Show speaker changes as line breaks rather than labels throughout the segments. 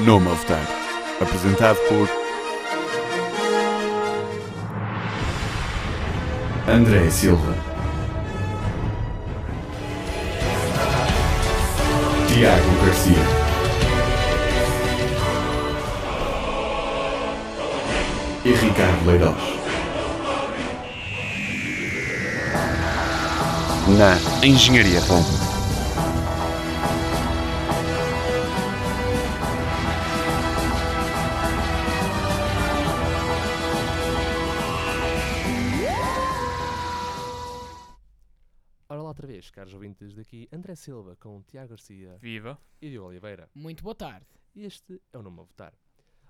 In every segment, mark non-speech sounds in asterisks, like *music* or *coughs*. Nome a Votar. Apresentado por. André Silva. Tiago Garcia. E Ricardo Leirós. Na Engenharia Roma.
Ora lá outra vez, caros ouvintes, daqui André Silva com Tiago Garcia
Viva.
e Diogo Oliveira.
Muito boa tarde.
E este é o Nome a Votar.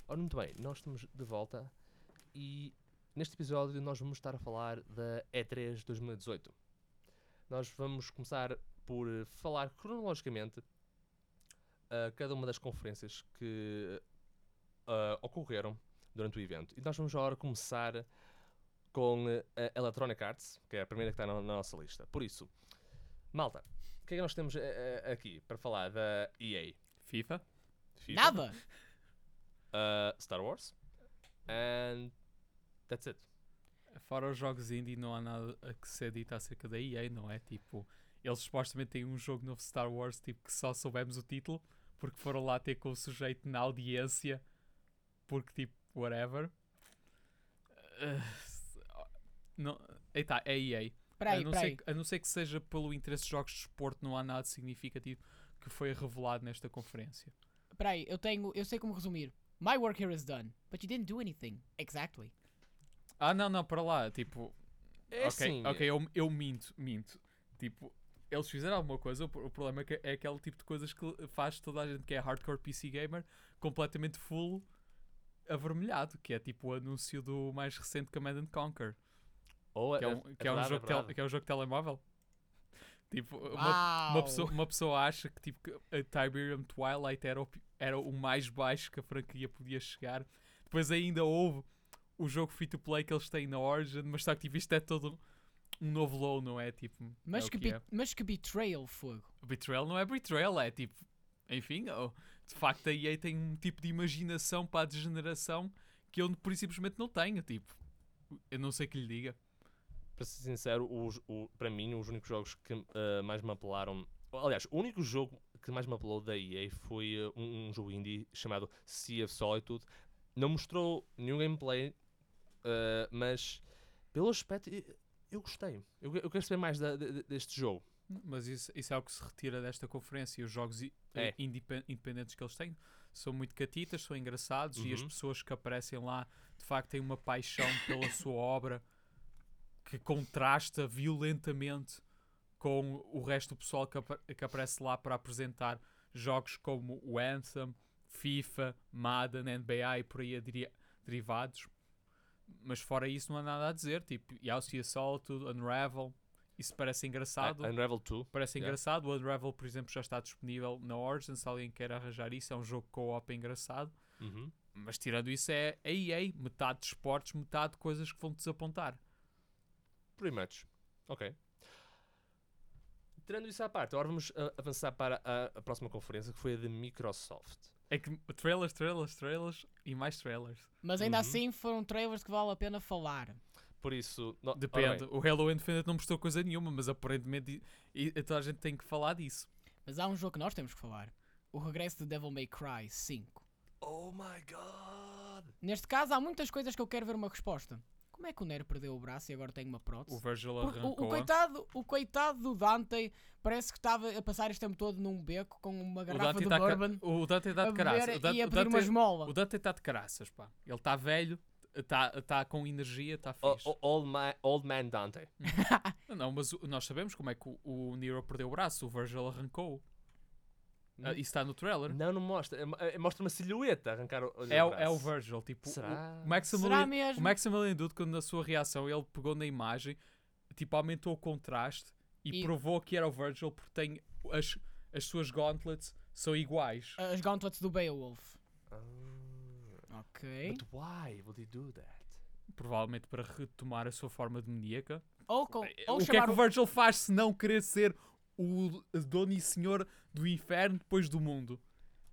Ora, muito bem, nós estamos de volta e neste episódio nós vamos estar a falar da E3 2018. Nós vamos começar por eh, falar cronologicamente a cada uma das conferências que ah, ocorreram durante o evento. E nós vamos agora começar com eh, a Electronic Arts, que é a primeira que está na, na nossa lista. Por isso, malta, o que é que nós temos eh, eh, aqui para falar da EA?
FIFA.
FIFA?
Nada!
uh, Star Wars. And that's it.
Fora os jogos indie, não há nada a que se dita acerca da EA, não é? Tipo, eles supostamente têm um jogo novo de Star Wars, tipo, que só soubemos o título, porque foram lá ter com o sujeito na audiência, porque, tipo, whatever. Ah, não, eita, é EA.
Espera aí,
a, não
espera
ser,
aí.
que- a não ser que seja pelo interesse de jogos de desporto, não há nada significativo que foi revelado nesta conferência.
Espera aí, eu tenho. Eu sei como resumir. My work here is done, but you didn't do anything. Exactly.
Ah, não, não, para lá, tipo,
É
ok,
assim,
ok, eu, eu minto, minto. Tipo, eles fizeram alguma coisa, o, pro- o problema é que é aquele tipo de coisas que faz toda a gente que é hardcore PC gamer completamente full avermelhado, que é tipo o anúncio do mais recente Command and Conquer,
Ou
que é um, que é um
verdade,
jogo, tel-
verdade. Ah,
que é um jogo de telemóvel. Tipo, uma,
Uau!
uma pessoa, uma pessoa acha que tipo que a Tiberium Twilight era o, pi- era o mais baixo que a franquia podia chegar. Depois ainda houve o jogo free to play que eles têm na Origin, mas só que tipo, isto é todo um novo low, não é? Tipo, é
Mas,
o
que
que,
be-
é.
mas que betrayal, fogo.
Betrayal não é betrayal, é tipo, enfim, oh, de facto a EA tem um tipo de imaginação para a degeneração que eu por isso simplesmente não tenho, tipo, eu não sei que lhe diga. é-
Para ser sincero, os, o, para mim, os únicos jogos que ah, mais me apelaram. Aliás, o único jogo que mais me apelou da EA foi ah, um, um jogo indie chamado Sea of Solitude. Não mostrou nenhum gameplay, ah, mas pelo aspecto, eu, eu gostei. Eu, eu quero saber mais da- de- deste jogo.
Mas isso, isso é o que se retira desta conferência. Os jogos i-
É.
indipen- independentes que eles têm são muito catitas, são engraçados e as
Uhum.
pessoas que aparecem lá de facto têm uma paixão
*coughs*
pela sua obra que contrasta violentamente com o resto do pessoal que, apa- que aparece lá para apresentar jogos como o Anthem, FIFA, Madden, NBA e por aí a deri- derivados. Mas fora isso não há nada a dizer. Tipo, Yossi Assault, Unravel, isso parece engraçado.
Ah, Unravel 2.
Parece
Yeah.
engraçado. O Unravel, por exemplo, já está disponível na Origin. Se alguém quer arranjar isso, é um jogo co-op engraçado.
Uhum.
Mas tirando isso, é a EA. Metade de esportes, metade de coisas que vão te desapontar.
Pretty much. Ok. Tirando isso à parte, agora vamos ah, avançar para a, a próxima conferência, que foi a de Microsoft.
É que trailers, trailers, trailers e mais trailers.
Mas ainda
Uhum.
assim foram trailers que vale a pena falar.
Por isso... no- ora bem,
Depende. O Halo Infinite não mostrou coisa nenhuma, mas aparentemente e, e, toda a gente tem que falar disso.
Mas há um jogo que nós temos que falar. O regresso de Devil May Cry 5.
Oh my god!
Neste caso, há muitas coisas que eu quero ver uma resposta. Como é que o Nero perdeu o braço e agora tem uma prótese?
O Virgil
Porque o,
arrancou. é?
o coitado, o coitado do Dante parece que estava a passar este tempo todo num beco com uma
O
garrafa
Dante
de
tá ca-
bourbon
o Dante está
a
de caraças.
beber
O Dan-
e a
o
pedir
Dante-
uma esmola.
O Dante está de caraças, pá. Ele está velho, está tá com energia, está
O-
fixe.
o- old, ma- old Man Dante.
Não, mas o- nós sabemos como é que o, o Nero perdeu o braço, o Virgil arrancou. Ah, isso está no trailer.
Hum? Não, não mostra. é- é- Mostra uma silhueta arrancar o,
É, o-
braço.
é o Virgil, tipo. o-
Será?
O Maximilian,
Será mesmo?
O Maximilian Dude, quando na sua reação ele pegou na imagem, tipo, aumentou o contraste e,
E-
provou que era o Virgil porque tem as, as suas gauntlets são iguais.
As gauntlets do Beowulf.
Ah,
Ok.
but why would he do that?
Provavelmente para retomar a sua forma demoníaca.
Ou, com, ou
o que é
chamar
que o
o-
Virgil faz se não querer ser o dono e senhor do inferno depois do mundo?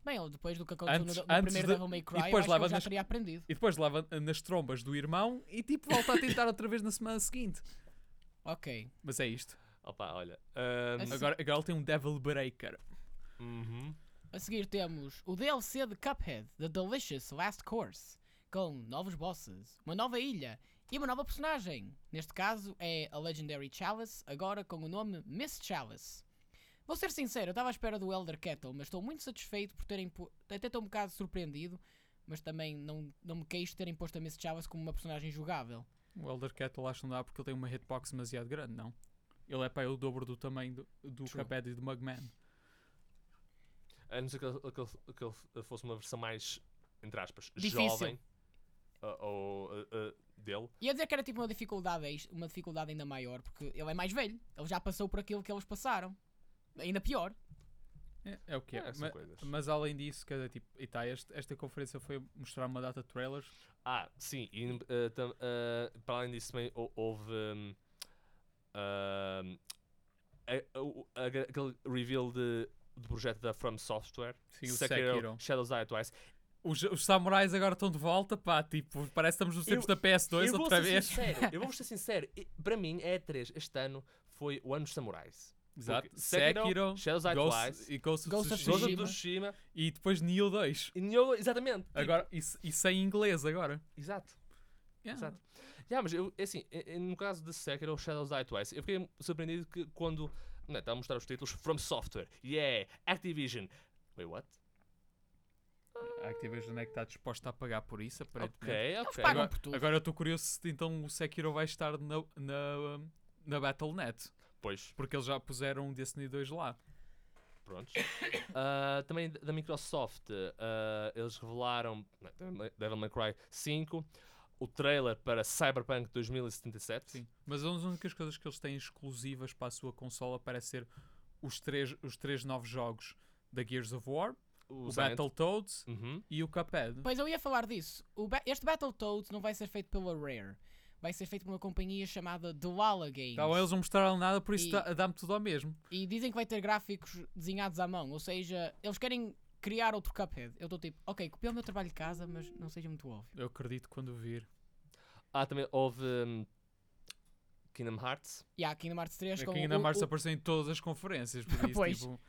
Bem, ou depois do que aconteceu
Antes-
no, no
antes
primeiro
de-
Devil May Cry,
depois
eu acho que ele
levas
já
nas-
teria aprendido.
E depois leva nas trombas do irmão e tipo volta a tentar outra vez na semana seguinte.
Ok.
Mas é isto.
Opa, olha. ah, ahm,
Assim-
Agora, agora ele tem um Devil Breaker.
uhum.
A seguir temos o DLC de Cuphead, The Delicious Last Course, com novos bosses, uma nova ilha e uma nova personagem. Neste caso é a Legendary Chalice, agora com o nome Miss Chalice. Vou ser sincero, eu estava à espera do Elder Kettle, mas estou muito satisfeito por terem. pu- Até estou um bocado surpreendido, mas também não, não me queixo de terem posto a Miss Chalice como uma personagem jogável.
O Elder Kettle acho que não dá porque ele tem uma hitbox demasiado grande, não? Ele é para o dobro do tamanho do, do
True.
Cuphead e do Mugman.
A não ser que ele, que ele- que ele fosse uma versão mais, entre aspas,
Difícil.
jovem ah, ou, ah, ah, dele.
Ia dizer que era tipo uma dificuldade, ex- uma dificuldade ainda maior, porque ele é mais velho, ele já passou por aquilo que eles passaram. Ainda pior.
É, é o que é.
Ah, são
Ma-
coisas.
mas, além disso, quer dizer, tipo, e tá, este- esta conferência foi mostrar uma data de trailers.
Ah, sim, e ah, tam- ah, para além disso também hou- houve hum, ahm, a- o- a- aquele reveal de, do projeto da From Software,
Sim, o Sekiro.
Shadows Die Twice.
Os, os samurais agora estão de volta, pá, tipo, parece que estamos nos tempos da PS2
eu vou
outra
ser
vez.
Sincero,
*laughs*
eu vou ser sincero, e- para mim a E3 este ano foi o ano dos samurais.
Exato.
Porque Sekiro,
Sekiro,
Shadows Die
Ghost,
Twice,
e Ghost, of
Ghost
Ghost
of
Tsushima
of
Tsushima.
Tsushima
e depois Neo 2.
e Nioh, exatamente.
Agora, e, se- e sem inglês agora.
Exato.
Yeah.
Exato. Já, mas eu, assim, e- e no caso de Sekiro Shadows Die Twice, eu fiquei surpreendido que quando não, está a mostrar os títulos From Software, yeah, Activision. Wait, what?
A Activision é que está disposta a pagar por isso, aparentemente.
Ok,
Eles
ok.
pagam
Agora,
por tudo.
agora eu estou curioso se então o Sekiro vai estar na, na, na Battle.net,
Pois,
porque eles já puseram o Destiny 2 lá.
prontos. *coughs* Ah, também da da Microsoft, ah, eles revelaram não, Devil- Devil May Cry 5, o trailer para Cyberpunk 2077.
Sim. Mas as únicas coisas que eles têm exclusivas para a sua consola parece ser os três, os três novos jogos da Gears of War, o
Silent-
Battletoads
Uhum.
e o Cuphead.
Pois eu ia falar disso. O ba- este Battletoads não vai ser feito pela Rare. Vai ser feito por uma companhia chamada Duala Games.
Então eles não mostraram nada, por isso
E-
dá- dá-me tudo ao mesmo.
E dizem que vai ter gráficos desenhados à mão. Ou seja, eles querem criar outro Cuphead. Eu estou tipo, ok, copiei o meu trabalho de casa, mas não seja muito óbvio.
Eu acredito quando vir.
Ah, também houve hum, Kingdom Hearts.
E há Kingdom Hearts 3 com
Aqui É ainda
o-
mais
o-
apareceu em todas as conferências.
*laughs*
Por isso,
Pois.
tipo,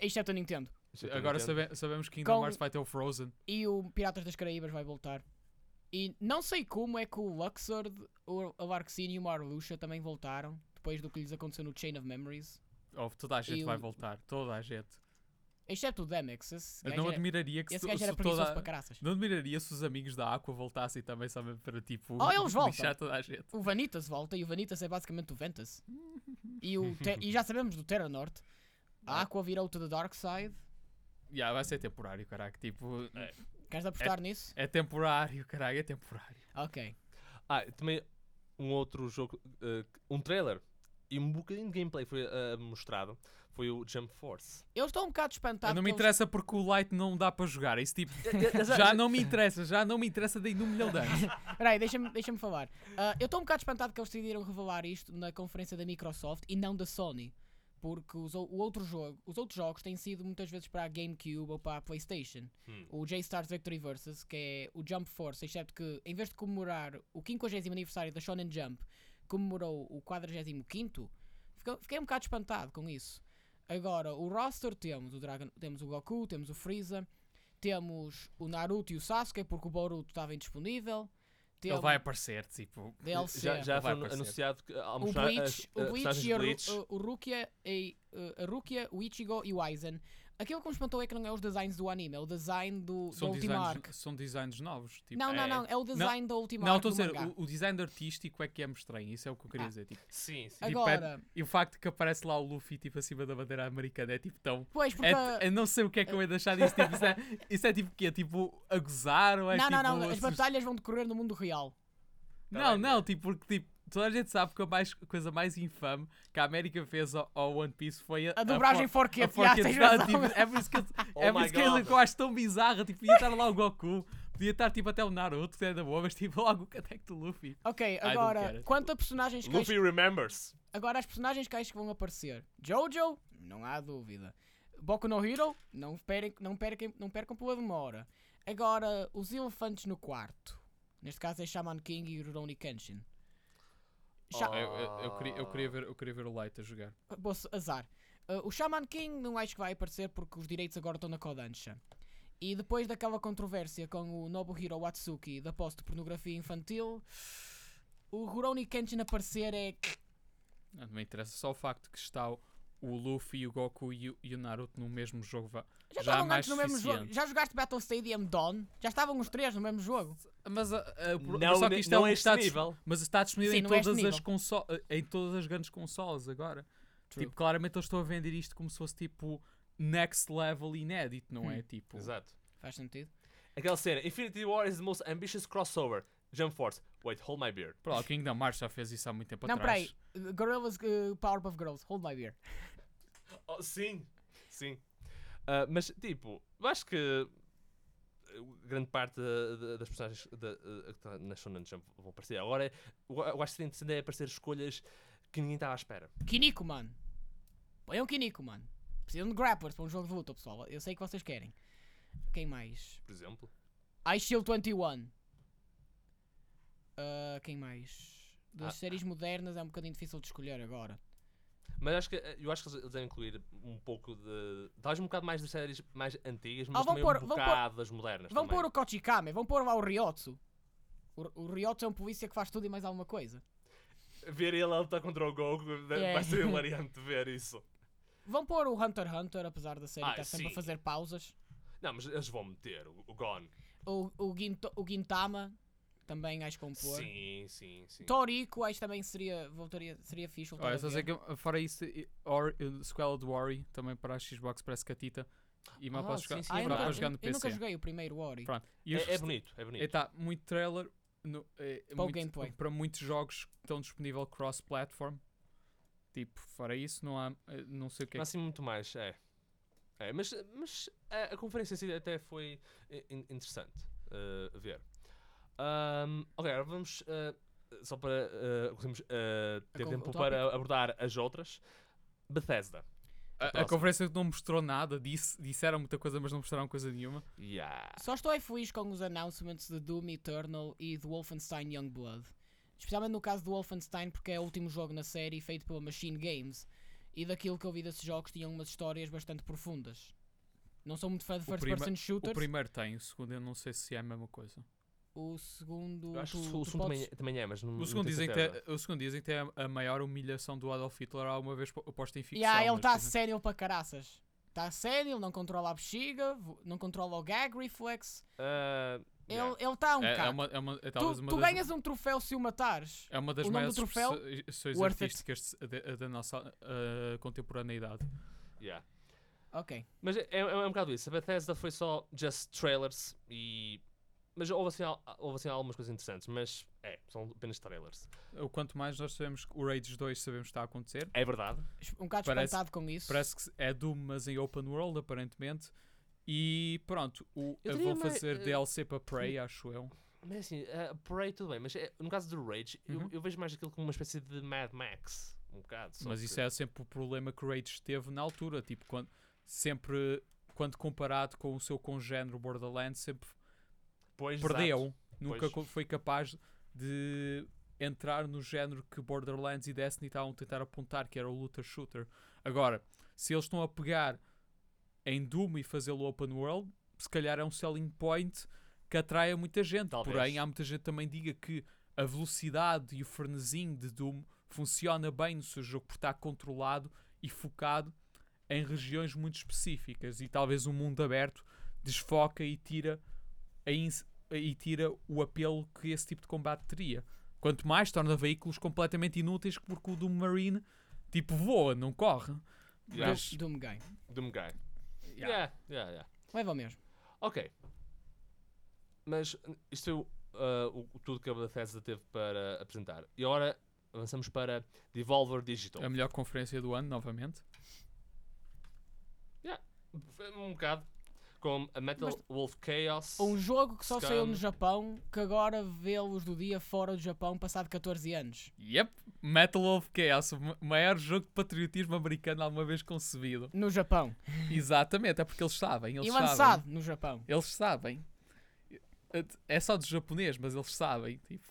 Exceto a Nintendo.
Nintendo.
agora sabe- sabemos que Kingdom
Com-
Hearts vai ter o Frozen.
E o Piratas das Caraíbas vai voltar. E não sei como é que o Luxord, o Alarxine e o Marluxa também voltaram. Depois do que lhes aconteceu no Chain of Memories.
Óbvio, toda a gente vai
o-
voltar. Toda a gente.
Exceto o Demex. Esse
Eu
gajo
não
era,
admiraria que
esse
se,
gajo
se
era preguiçoso
toda...
para caraças.
Não admiraria se os amigos da Aqua voltassem também, sabe? Para tipo.
Oh, eles voltam.
lixar toda a gente.
O Vanitas volta e o Vanitas é basicamente o Ventus. E, o Te- e já sabemos do Terra Norte. A
Ah.
Aqua virou to the Dark Side.
Yeah, vai ser temporário, caraca. Tipo, é,
Queres apostar nisso?
é temporário, caralho, é temporário.
Ok.
Ah, e também um outro jogo, eh, que- um trailer e um bocadinho de gameplay foi eh, mostrado, foi o Jump Force.
Eu estou um bocado espantado.
não me
que eles-
interessa porque o Light não dá para jogar. Isso tipo.
Exato.
já não me interessa, já não me interessa daí um milhão de
*laughs*
anos.
Peraí, deixa-me deixa falar. Ah, eu estou um bocado espantado que eles decidiram revelar isto na conferência da Microsoft e não da Sony. Porque os, ou- o outro jogo, os outros jogos têm sido muitas vezes para a GameCube ou para a PlayStation.
Hum.
O J-Stars Victory Versus, que é o Jump Force, exceto que em vez de comemorar o 50 aniversário da Shonen Jump, comemorou o 45. Fico- Fiquei um bocado espantado com isso. Agora, o roster temos o, Dragon, temos o Goku, temos o Freeza, temos o Naruto e o Sasuke, porque o Boruto estava indisponível.
Ele
Temos-
vai aparecer, tipo.
DLC.
Já, já foi
Vai
anu-
aparecer.
anunciado que ao
o
mostrar
Bleach,
as,
o
eh,
Bleach
personagens
e a,
de
Ru-
Bleach,
o- o Rukia, e, eh, a Rukia, o Ichigo e o Aizen. Aquilo que me espantou é que não é os designs do anime, é o design do, do
São
Ultima Arc.
designs, são designs novos. Tipo,
Não, não,
é-
não, é o design do Ultima
Não,
Arc
estou a
do
dizer,
mangá.
o, o design artístico é que é me estranho, isso é o que eu queria
Ah.
dizer. Tipo,
Sim, sim.
tipo, é-
Agora-
e o facto que aparece lá o Luffy tipo acima da bandeira americana é tipo tão.
Pois, porque...
É, eu não sei o que é que eu ia deixar disso. Tipo,
*laughs*
isso, é, isso é tipo o quê? Tipo, a gozar ou é
não,
tipo.
não, não, as
assust-
batalhas vão decorrer no mundo real.
Não, não, tipo, porque tipo, toda a gente sabe que a mais, coisa mais infame que a América fez ao, ao One Piece foi a,
A dobragem
for-
forquete,
a
já,
forqueta.
tens
Não,
razão.
tipo, é por
*laughs*
isso que, eu- é
Oh
por
my
isso que ele-
God.
que eu acho tão bizarra. Tipo, podia estar lá o Goku, podia estar tipo até o Naruto, que é da boa, mas tipo logo *laughs* o Katek do Luffy.
Ok,
don't get
agora,
it.
quanto a personagens que acho-
Luffy remembers.
Agora, as personagens que acho que vão aparecer. Jojo? Não há dúvida. Boku no Hero, não, perem, não, percam, não percam pela demora. Agora, os elefantes no quarto. Neste caso é Shaman King e Rurouni Kenshin. Sha-
Eu, eu- eu queria,
Ah.
eu queria ver, eu queria ver o Light a jogar.
Boço, azar. Uh, o Shaman King não acho que vai aparecer porque os direitos agora estão na Kodansha. E depois daquela controvérsia com o Nobuhiro Watsuki da posse de pornografia infantil, o Rurouni Kenshin aparecer é.
Não me interessa só o facto que está o, o Luffy, o Goku e o, e o Naruto no mesmo jogo. vá-
Já
Já
estavam
mais
antes no mesmo jogo.
suficiente.
Já jogaste Battle Stadium Dawn? Já estavam os três no mesmo jogo?
Mas, a- a- o pro-
Não,
só que
ne-
isto
não
é um
é
que está
este
dis-
nível.
Mas está disponível
Sim,
em
não é este
todas, as
nível.
console, em todas as grandes consoles agora.
True.
Tipo, claramente eles estão a vender isto como se fosse tipo next level inédito,
Hum.
não é? Tipo,
Exato.
Faz sentido.
Aquela cena, Infinity War is the most ambitious crossover. Jump Force. Wait, hold my beer.
Pá, o Kingdom Hearts já fez isso há muito tempo
não,
atrás.
peraí. Uh, Gorillaz uh, Powerpuff Girls, hold my beer.
Oh, sim, sim. Ah, mas, tipo, eu acho que eh, grande parte da- da- das personagens da- eh, que estão na Shonen Jump vão aparecer. Agora, eu eu acho que seria interessante é aparecer escolhas que ninguém estava à espera.
Kiniko, mano. Põe um Kiniko, mano. Precisam de grapplers para um jogo de luta, pessoal. Eu sei que vocês querem. Quem mais?
Por exemplo,
Ice Shield 21. Ah, quem mais? Das
Ah.
séries modernas é um bocadinho difícil de escolher agora.
Mas acho que, eh, eu acho que eles eles devem incluir um pouco de. Talvez um bocado mais das séries mais antigas, mas
Ah, vão
também
pôr-
um
vão pôr-
bocado das modernas.
Vão
também.
pôr o Kochikame, vão pôr lá o Ryotsu. O, o Ryotsu é um polícia que faz tudo e mais alguma coisa.
Ver ele a lutar contra o Goku de-
É.
vai ser
*laughs*
hilariante ver isso.
Vão pôr o Hunter x Hunter, apesar da série
Ah,
estar sempre a
sim.
fazer pausas.
Não, mas eles vão meter o, o Gon.
O, o, Ginto- o Gintama, também acho que vão pôr. Então,
Sim, sim, sim.
Toriko, acho que também seria, voltaria, seria fixe voltar
Olha,
a
Ah, só sei
ver.
que, fora isso, e- Ori- eh, Squalid Worry também para a Xbox parece catita. E mal
Ah,
posso jogar,
sim, sim,
Ah,
é
eu,
para,
verdade.
nunca,
para jogar no
eu- eu nunca
PC.
joguei o primeiro Ori.
Pronto. E os
É, é
rest-
bonito, é bonito.
Está tá, muito trailer no- é,
Pouco
muito-
gameplay.
para muitos jogos que estão disponível cross-platform. Tipo, fora isso, não há. eh, Não sei o que é
Não há assim muito mais, é. É, mas mas a, a conferência em si até foi i- in- interessante eh, ver. Ahm, ok, agora vamos. eh, só para eh, conseguirmos eh, ter
con-
tempo
o
para abordar as outras. Bethesda.
A- A,
próximo.
conferência não mostrou nada, disse- disseram muita coisa, mas não mostraram coisa nenhuma.
Yeah.
Só estou é feliz com os announcements de Doom Eternal e do Wolfenstein Youngblood. Especialmente no caso do Wolfenstein, porque é o último jogo na série feito pela Machine Games. E daquilo que eu vi desses jogos, tinham umas histórias bastante profundas. Não sou muito fã de
O
first
prima-
person
O
shooters.
primeiro tem, o segundo eu não sei se é a mesma coisa.
O segundo.
Eu acho
tu-
que o
tu
segundo também,
podes-
também é, mas não.
O
não
segundo,
tenho
dizem que
certeza.
é, o segundo dizem que é a- a maior humilhação do Adolf Hitler alguma vez po- posta em ficção.
Yeah, ele tá
mas
está
dizem-
sério para caraças. Está sério, não controla a bexiga, vo- não controla o gag reflex.
Ah, yeah.
Ele está um
é, é
caco.
uma, é uma- é talvez
Tu,
uma
tu
das,
ganhas um troféu se o matares.
é uma das
o nome do
maiores
troféu,
expressões
Worth It.
artísticas da, da nossa ah, contemporaneidade.
um
yeah.
Ok.
Mas é, é, é um bocado isso. A Bethesda foi só just trailers e. Mas houve assim, al- houve assim algumas coisas interessantes, mas é, são apenas trailers.
O quanto mais nós sabemos que o Raids 2 sabemos que está a acontecer.
É verdade.
Es- Um bocado
Parece-
espantado com isso.
Parece que é Doom, mas em open world, aparentemente. E pronto, o,
Eu diria
vão
mais,
fazer
eh,
DLC para Prey, acho eu.
Mas assim, uh, Prey tudo bem, mas é, no caso do Rage,
Uhum.
eu, eu vejo mais aquilo como uma espécie de Mad Max. Um bocado. só
Mas
que-
isso é sempre o problema que o Rage teve na altura. Tipo, quando, sempre quando comparado com o seu congénero Borderlands, sempre
Pois, exato.
perdeu. Nunca
Pois.
co- foi capaz de entrar no género que Borderlands e Destiny estavam a tentar apontar, que era o looter shooter. Agora, se eles estão a pegar em Doom e fazê-lo open world, se calhar é um selling point que atrai a muita gente.
Talvez.
Porém, há muita gente que também diga que a velocidade e o frenesim de Doom funciona bem no seu jogo por estar controlado e focado em regiões muito específicas e talvez um mundo aberto desfoca e tira a ins- e tira o apelo que esse tipo de combate teria. Quanto mais torna veículos completamente inúteis porque o do Marine tipo voa, não corre.
Do-
Yeah.
Doom Game.
Doom Guy.
Yeah.
um Yeah, yeah, yeah.
Leva ao mesmo.
Ok. Mas n- isto é o, ah, o- o tudo que a Bethesda teve para apresentar. E agora avançamos para Devolver Digital.
A melhor conferência do ano, novamente.
Um bocado. como a Metal
Mas-
Wolf Chaos. *laughs*
Um jogo que só saiu no
Scum.
Japão, que agora vê-los do dia fora do Japão, passado 14 anos.
Yep, Metal of Chaos, o ma- maior jogo de patriotismo americano alguma vez concebido.
No Japão.
Exatamente, é porque eles sabem, eles
E
sabem.
lançado no Japão.
Eles sabem. É só dos japonês, mas eles sabem. Tipo,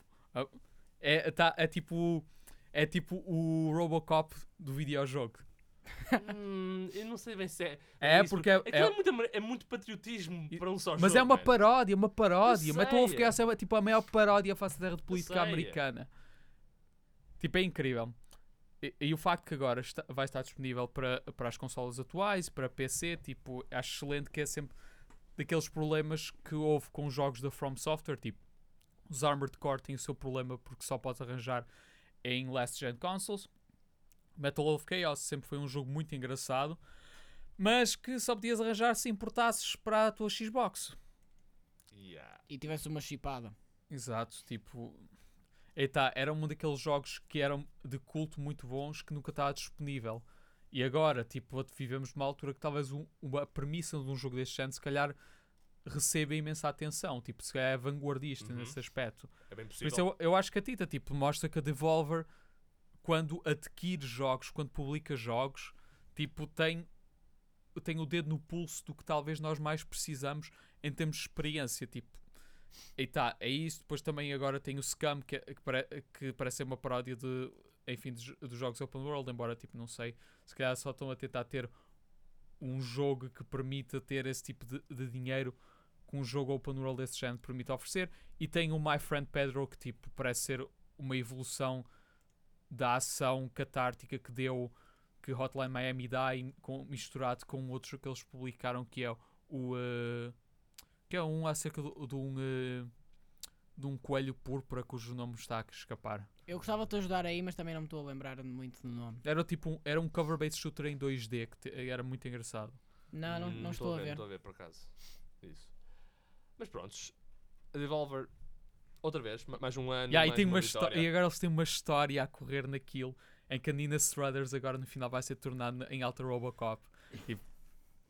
é, é, tá- é tipo. É tipo o Robocop do videojogo.
Hum, eu não sei bem se é.
É,
isso,
porque é-
aquilo
é-
é, muito, amer- é muito patriotismo
E-
para um só jogo.
Mas é uma
man.
paródia, uma paródia.
Eu
Metal Wolf
sei.
Chaos é tipo a maior paródia face à terra de política
sei.
americana. Tipo, é incrível. E, e o facto que agora está- vai estar disponível para, para as consolas atuais, para PC, tipo, acho excelente que é sempre daqueles problemas que houve com os jogos da From Software, tipo, os Armored Core têm o seu problema porque só podes arranjar em Last Gen Consoles. Metal of Chaos sempre foi um jogo muito engraçado, mas que só podias arranjar se importasses para a tua Xbox.
Yeah.
E tivesse uma chipada.
Exato, tipo. Eita, era um daqueles jogos que eram de culto muito bons que nunca estava disponível. E agora, tipo, vivemos numa altura que talvez um- uma premissa de um jogo deste género, se calhar, receba imensa atenção. Tipo, se calhar é vanguardista
Uhum.
nesse aspecto.
É bem
Por
possível.
isso eu, eu acho que a Tita tipo, mostra que a Devolver, quando adquire jogos, quando publica jogos, tipo, tem, tem o dedo no pulso do que talvez nós mais precisamos em termos de experiência. Tipo, e tá, é isso. Depois também agora tem o Scum, que, é- que, pare- que parece ser uma paródia de, enfim, dos, dos jogos open world, embora tipo, não sei, se calhar só estão a tentar ter um jogo que permita ter esse tipo de, de dinheiro que um jogo open world desse género permite oferecer. E tem o My Friend Pedro, que tipo, parece ser uma evolução da ação catártica que deu que Hotline Miami dá em- com- misturado com outro que eles publicaram que é o eh, que é um acerca do- de um eh, de um coelho púrpura cujo nome me está a escapar
Eu gostava de te ajudar aí, mas também não me estou a lembrar muito do nome.
era tipo um, era um cover based shooter em 2D que te- era muito engraçado
Não, não,
Hum,
não estou a ver.
Estou a ver por acaso. Isso. Mas pronto, a Devolver, outra vez, ma- mais um ano.
Yeah, e,
mais
tem uma histó-
vitória.
e é agora eles têm uma história a correr naquilo em que a Nina Struthers agora no final vai ser tornada em alta Robocop. Tipo,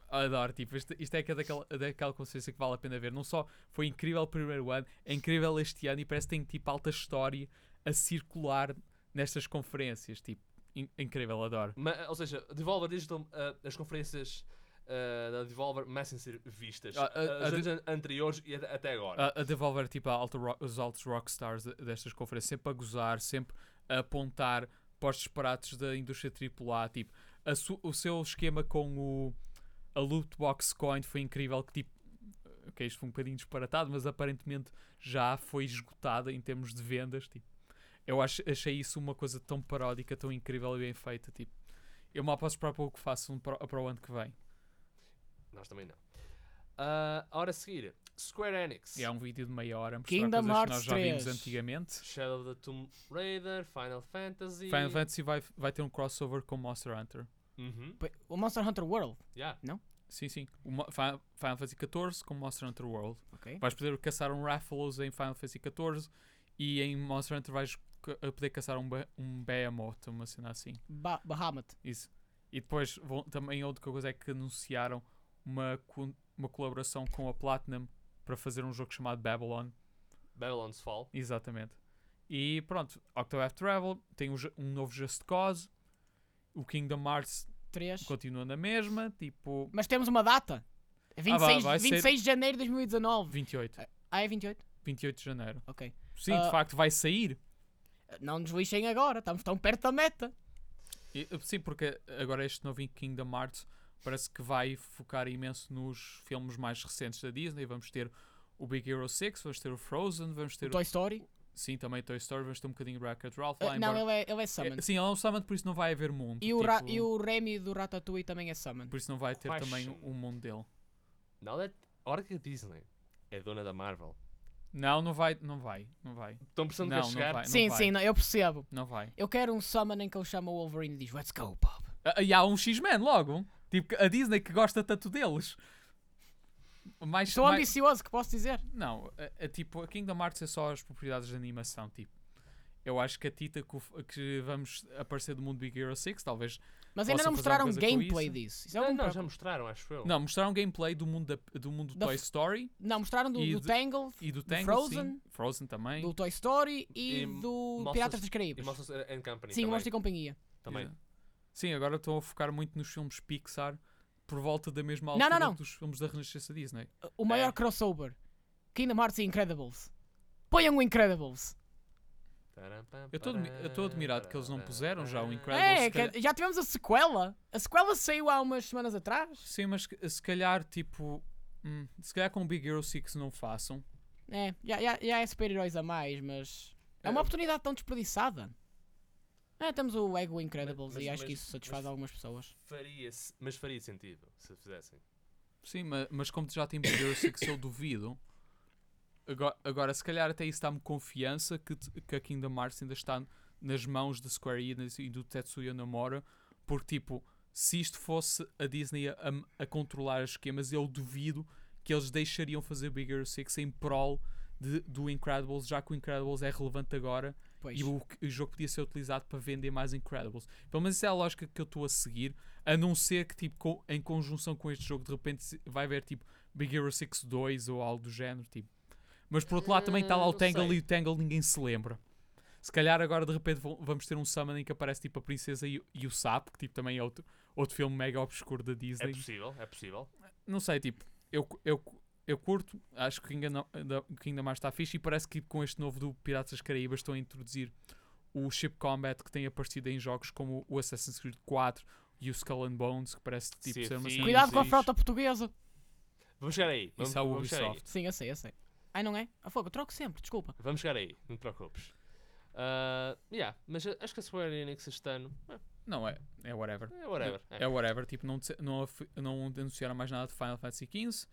adoro, tipo, isto, isto é que é daquela, daquela consciência que vale a pena ver. Não só foi incrível o primeiro ano, é incrível este ano e parece que tem tipo alta história a circular nestas conferências. Tipo, in- incrível, adoro.
Ma- ou seja, a Devolver Digital, ah, as conferências ah, da Devolver merecem ser vistas.
Ah, ah,
Ah, as
a
anos an- anteriores e a- até agora.
A, a Devolver, tipo, a alta ro- os altos rockstars de- destas conferências, sempre a gozar, sempre a apontar para os disparates da indústria AAA. Tipo, a su- o seu esquema com o a loot box coin foi incrível. Que tipo, ok, isto foi um bocadinho disparatado, mas aparentemente já foi esgotada em termos de vendas. Tipo, eu acho, achei isso uma coisa tão paródica, tão incrível e bem feita. Tipo, eu mal posso esperar para o que faço para, o- para o ano que vem.
Nós também não. Ah, a hora a seguir, Square Enix.
E é um vídeo de meia hora a mostrar
Kingdom
coisas que nós
Hearts
já vimos
3.
antigamente.
Shadow of the Tomb Raider, Final Fantasy.
Final Fantasy vai, vai ter um crossover com Monster Hunter.
Uhum,
Pe- O Monster Hunter World,
yeah.
Sim, sim. O Mo- Fi- Final Fantasy XIV com Monster Hunter World.
ok?
Vais poder caçar um Rathalos em Final Fantasy XIV e em Monster Hunter vais ca- a poder caçar um, Be- um Behemoth, uma cena assim.
Ba Bahamut.
Isso. E depois vão- também outra coisa é que anunciaram uma, co- uma colaboração com a Platinum para fazer um jogo chamado Babylon.
Babylon's Fall.
Exatamente. E pronto, Octopath Travel tem um, ju- um novo Just Cause. O Kingdom Hearts
3.
continua na mesma, tipo
Mas temos uma data. É 26,
Ah, vai ser-
26 de janeiro de 2019.
28.
Ah, é 28?
28 de janeiro.
Ok.
Sim,
Ah.
de facto vai sair.
Não nos lixem agora, estamos tão perto da meta.
E- eh, sim, porque agora este novo Kingdom Hearts parece que vai focar imenso nos filmes mais recentes da Disney. Vamos ter o Big Hero 6, vamos ter o Frozen, vamos ter o,
Toy Story.
sim, também Toy Story, vamos ter um bocadinho de Wreck-It Ralph
Ah,
lá,
não,
embora-
ele é, ele é
É,
Summon.
Sim, ele é um Summon, por isso não vai haver mundo.
e, o Ra-
tipo,
e o Remy do Ratatouille também é Summon.
Por isso não vai ter
Quais
também
são?
o mundo dele.
Now that, a hora que a Disney é dona da Marvel,
Não, não vai, não vai, não vai,
estão precisando
Não,
de
não
chegar.
vai.
Sim,
vai.
sim, não, eu percebo.
não vai.
Eu quero um Summon em que ele chama o Wolverine e diz Let's go, Bob.
Ah, E há um X-Men logo. Tipo, que a Disney que gosta tanto deles. Mais,
Estou
mais-
ambicioso, que posso dizer?
Não, a, a, tipo, a Kingdom Hearts é só as propriedades de animação, tipo. Eu acho que a Tita que, o f- que vamos aparecer do mundo Big Hero 6, talvez.
Mas ainda
Posso
não
fazer uma
mostraram
coisa com
gameplay
isso?
disso. Isso é
Não,
um
não,
pro-
já mostraram, acho eu.
Não, mostraram gameplay do mundo, da- do, mundo
Da
Toy
f-
Story
não, mostraram do,
E
do
de-
Tangle,
e do
do
Tangle,
Frozen,
sim. Frozen também.
do Toy Story e,
E
do
mostra-
Piratas das
E
Caraíbas.
Monsters and Company
Sim, o
também.
Monstro e Companhia.
também.
Yeah. Sim, agora estou a focar muito nos filmes Pixar por volta da mesma
Não, não,
altura
não.
dos filmes da Renascença Disney.
O maior
É.
crossover. Kingdom Hearts e Incredibles. Ponham o Incredibles.
Eu estou admi- eu estou admirado que eles não puseram já o Incredibles.
É,
se
que
calhar-
já tivemos a sequela. A sequela saiu há umas semanas atrás.
Sim, mas que- se calhar, tipo. hum, se calhar com o Big Hero 6 não façam.
É, já, já, já é super-heróis a mais, mas. É uma
É.
oportunidade tão desperdiçada. É, temos o Ego Incredibles
Mas-
e
mas-
acho que
mas-
isso satisfaz
mas-
algumas pessoas.
Faria mas faria sentido se fizessem.
Sim, ma- mas, como já tem Big Hero 6, eu duvido. Agora, agora, se calhar até isso dá-me confiança que, t- que a Kingdom Hearts ainda está nas mãos da Square Enix e do Tetsuya Nomura, porque, tipo, se isto fosse a Disney a, a- a controlar os esquemas, eu duvido que eles deixariam fazer Big Hero 6 em prol de- do Incredibles, já que o Incredibles é relevante agora
Pois.
e o, o jogo podia ser utilizado para vender mais Incredibles. Pelo menos essa é a lógica que eu estou a seguir, a não ser que tipo, co- em conjunção com este jogo de repente se- vai haver tipo Big Hero 6 2 ou algo do género. Tipo. Mas por outro lado também está lá o
Hum, Não
Tangle
sei.
e o Tangle ninguém se lembra. Se calhar agora de repente vão- vamos ter um summon em que aparece tipo a princesa e, o- e o sapo, que tipo, também é outro, outro filme mega obscuro da
É
Disney.
possível, é possível.
não sei, tipo, eu, cu- eu, cu- eu curto, acho que ainda, não- ainda- que ainda mais está fixe e parece que tipo, com este novo do Piratas das Caraíbas estão a introduzir o Ship Combat que tem aparecido em jogos como o Assassin's Creed 4 e o Skull and Bones, que parece tipo
Sea of
ser uma cena
Thieves.
Cuidado com a
diz-
frota portuguesa.
Vamos chegar aí. Vamos,
Isso é o
vamos chegar aí.
Ubisoft.
Sim, eu sei, eu sei. Ai, não é? A fogo, eu troco sempre, desculpa.
Vamos chegar aí, não te preocupes. Ah, yeah, mas a- acho que a Square Enix este ano. é,
Não, é, é whatever.
É whatever.
É whatever, tipo, não, disse- não, af- não anunciaram mais nada de Final Fantasy XV,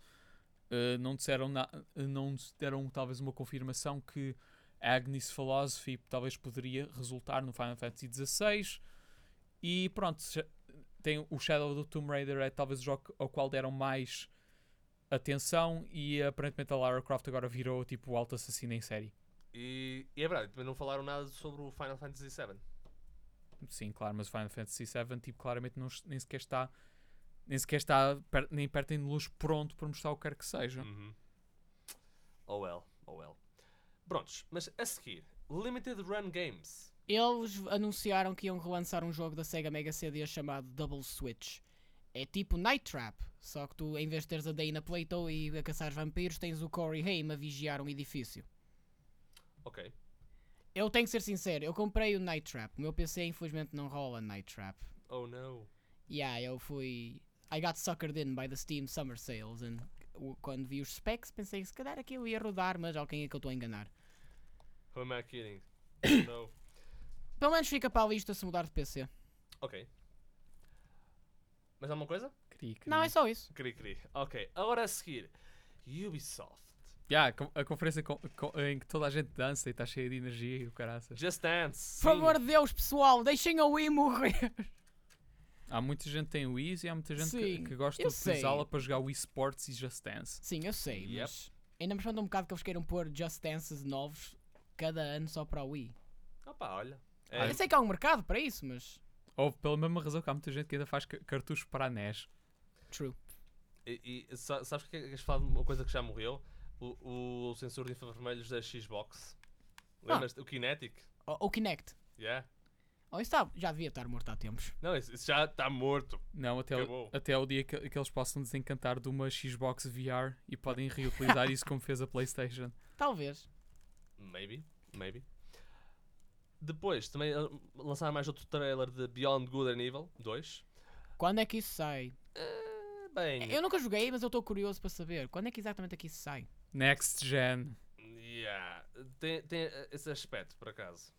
eh, não disseram na, eh, não nos deram talvez uma confirmação que Agnes Philosophy talvez poderia resultar no Final Fantasy XVI, e pronto, já- tem o Shadow do Tomb Raider é talvez o jogo ao qual deram mais atenção, e aparentemente a Lara Croft agora virou tipo o alto assassino em série.
E, e é verdade, também não falaram nada sobre o Final Fantasy VII.
Sim, claro, mas o Final Fantasy VII tipo, claramente não, es- nem sequer está nem sequer está per- nem perto nem de luz pronto para mostrar o que quer que seja.
Uhum. Oh well, oh well. Prontos, mas a seguir, Limited Run Games.
Eles anunciaram que iam relançar um jogo da Sega Mega CD chamado Double Switch. É tipo Night Trap, só que tu, em vez de teres a Dana Plato e a caçar vampiros, tens o Corey Haim a vigiar um edifício.
Ok.
Eu tenho que ser sincero, eu comprei o Night Trap. O meu PC infelizmente não rola Night Trap.
Oh no.
Yeah, eu fui. I got suckered in by the Steam Summer Sales. And o- quando vi os specs, pensei se calhar aquilo ia rodar, mas ó, quem é que eu estou a enganar?
Who am I *coughs* kidding? Oh no.
Pelo menos fica para a lista se mudar de PC.
Ok. Mais alguma coisa?
Queria que-
Não, é só isso.
Cri cri. Ok, agora a seguir, Ubisoft.
Ya, a con- a conferência com- com- em que toda a gente dança e está cheia de energia e o caraças.
Just Dance.
Por favor
sim.
de Deus, pessoal, deixem a Wii morrer.
Há muita gente que tem o Easy e há muita gente que,
Sim,
que gosta de
eu sei.
utilizá-la para jogar Wii Sports e Just Dance.
Sim, eu sei,
Yep.
mas ainda me espanta um bocado que eles queiram pôr Just Dances novos cada ano só para a Wii.
Opa, olha. É,
Ai.
Eu sei que há um mercado para isso, mas.
Ou pela mesma razão que há muita gente que ainda faz ca- cartuchos para a NES.
True.
E, e sa- sabes que queres falar de uma coisa que já morreu? O, o sensor de infravermelhos da Xbox. Lembras?
Ah.
te O Kinetic?
Ou ou Kinect.
Yeah.
Ou isso tá- já devia estar morto há tempos.
Não, isso, isso já está morto.
Não, até,
Acabou.
o, até o dia que, que eles possam desencantar de uma Xbox VR e podem
*laughs*
reutilizar isso como fez a PlayStation.
Talvez.
Maybe. Maybe. Depois, também ah, lançaram mais outro trailer de Beyond Good and Evil 2.
Quando é que isso sai?
Ah, bem.
Eu nunca joguei, mas eu estou curioso para saber. Quando é que exatamente aqui isso sai?
Next Gen.
Yeah. Tem, tem eh, esse aspecto, por acaso.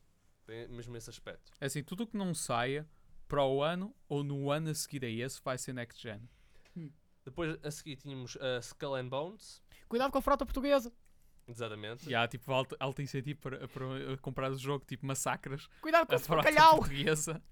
Tem mesmo esse aspecto.
É assim, tudo o que não saia para o ano ou no ano a seguir a esse vai ser next gen.
Depois, a seguir, tínhamos a Skull and Bones.
Cuidado com a frota portuguesa!
Exatamente.
E há tipo alto, alto incentivo para, para uh, comprar o jogo, tipo massacras.
Cuidado com
A
esse
frota
bacalhau!
portuguesa.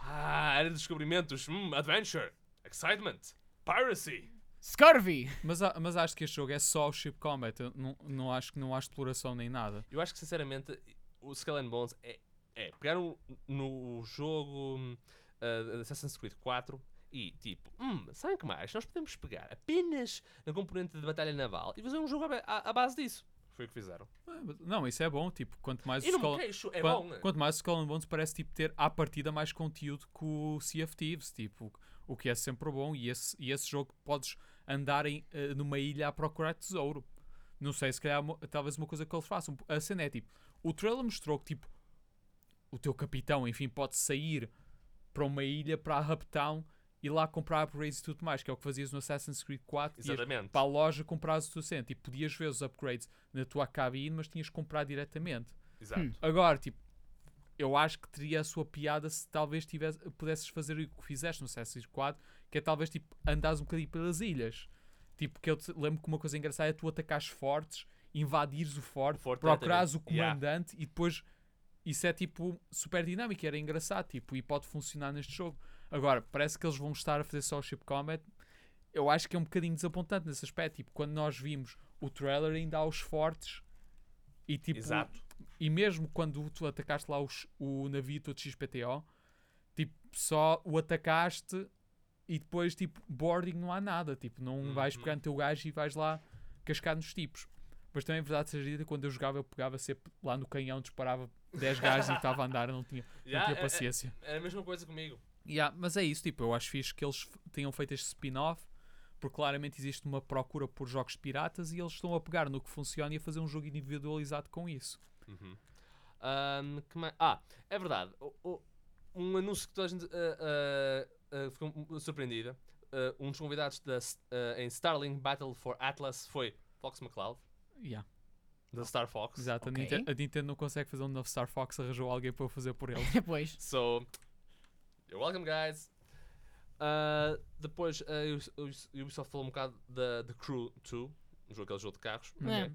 Ah, era de descobrimentos. Hum, adventure. Excitement. Piracy.
Scurvy! *laughs*
Mas, a- mas acho que este jogo é só o Ship Combat. Eu Não, não acho que não há exploração nem nada.
Eu acho que sinceramente o Skull and Bones é, é pegar um- no jogo hum, ah, Assassin's Creed 4 e tipo, hum, sabem que mais? Nós podemos pegar apenas na componente de batalha naval e fazer um jogo à, ba- à- à base disso. Foi o que fizeram.
Ah, mas- Não, isso é bom. Tipo, quanto mais
E
o
não me
Skull-
queixo, é
Quan-
bom. né?
Quanto mais o Skull and Bones parece tipo, ter à partida mais conteúdo que o Sea of Thieves, tipo, o que é sempre bom. E esse, e esse jogo podes andar em, eh, numa ilha a procurar tesouro. Não sei, se calhar mo- talvez uma coisa que eles façam. A cena é tipo, o trailer mostrou que tipo, o teu capitão, enfim, pode sair para uma ilha, para a Hubtown e lá comprar upgrades e tudo mais, que é o que fazias no Assassin's Creed 4. Ias
Exatamente.
para a loja comprar o suficiente e podias ver os upgrades na tua cabine, mas tinhas que comprar diretamente.
Exato.
Agora, tipo, eu acho que teria a sua piada se talvez tivesse, pudesses fazer o que fizeste no Assassin's Creed, que é talvez, tipo, andares um bocadinho pelas ilhas. Tipo, que eu te lembro que uma coisa engraçada é tu atacares fortes, invadires o forte,
O forte
procurares o
diretamente, yeah.
comandante e depois... Isso é, tipo, super dinâmico, era engraçado, tipo, e pode funcionar neste jogo. Agora, parece que eles vão estar a fazer só o Ship Combat. Eu acho que é um bocadinho desapontante nesse aspecto. Tipo, quando nós vimos o trailer, ainda há os fortes e, tipo,
Exato.
e mesmo quando tu atacaste lá os- o navio todo XPTO, tipo, só o atacaste e depois, tipo, boarding não há nada. Tipo, não
Uhum.
vais pegar no teu gajo e vais lá cascar nos tipos. Mas também, é verdade seja dita, quando eu jogava, eu pegava sempre lá no canhão, disparava 10 gajos e estava a andar, eu não tinha,
Já,
não tinha
é- é-
paciência.
É a mesma coisa comigo.
Yeah, mas é isso, tipo, eu acho fixe que eles f- tenham feito este spin-off, porque claramente existe uma procura por jogos piratas e eles estão a pegar no que funciona e a fazer um jogo individualizado com isso.
Uhum. Ahm, que mais? Ah, é verdade. O- o- um anúncio que toda a gente ah, ah, ah, ficou m- surpreendida. Ah, um dos convidados da, S- ah, em Starling Battle for Atlas foi Fox McCloud,
Yeah.
da Star Fox.
Exato, a
Ok.
Ninten- a Nintendo não consegue fazer um novo Star Fox, arranjou alguém para eu fazer
*laughs*
por ele.
Depois.
So, you're welcome, guys. Ah, depois, a Ubis- Ubis- Ubisoft falou um bocado da The Crew 2, um jogo, aquele jogo de carros.
É.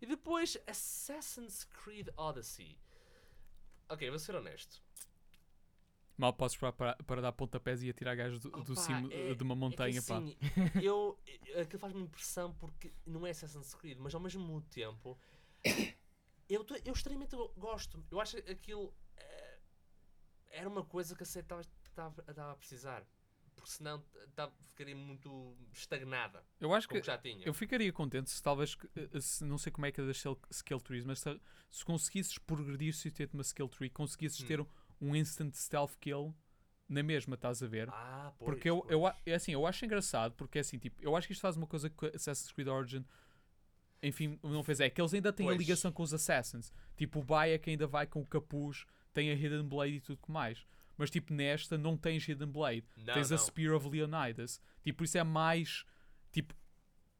E depois Assassin's Creed Odyssey. Ok, vou ser honesto. É
Mal posso esperar para, para dar pontapés e atirar gajos do, do
Opa,
cimo
é-
de uma montanha.
é que,
pá. *laughs*
assim, eu, é- aquilo faz-me impressão porque não é Assassin's Creed, mas ao mesmo tempo eu, tô- eu extremamente go- gosto. Eu acho que aquilo eh, era uma coisa que a série estava a precisar. Porque senão tava, ficaria muito estagnada,
Eu acho
como
que
já tinha.
eu ficaria contente se talvez, que- eh, se, não sei como é que é das skill- skill trees, mas se, se conseguisses progredir se ter uma skill tree, conseguisses
Hum.
ter um, um instant stealth kill na mesma, estás a ver?
Ah, pois,
Porque eu, eu,
pois.
a- é assim, eu acho engraçado, porque é assim, tipo, eu acho que isto faz uma coisa que Assassin's Creed Origin, enfim, não fez. É que eles ainda têm
Pois.
a ligação com os Assassins. Tipo, o Baia que ainda vai com o capuz, tem a Hidden Blade e tudo que mais. Mas, tipo, nesta não tens Hidden Blade.
Não,
tens a
não.
Spear of Leonidas. Tipo, por isso é mais, tipo,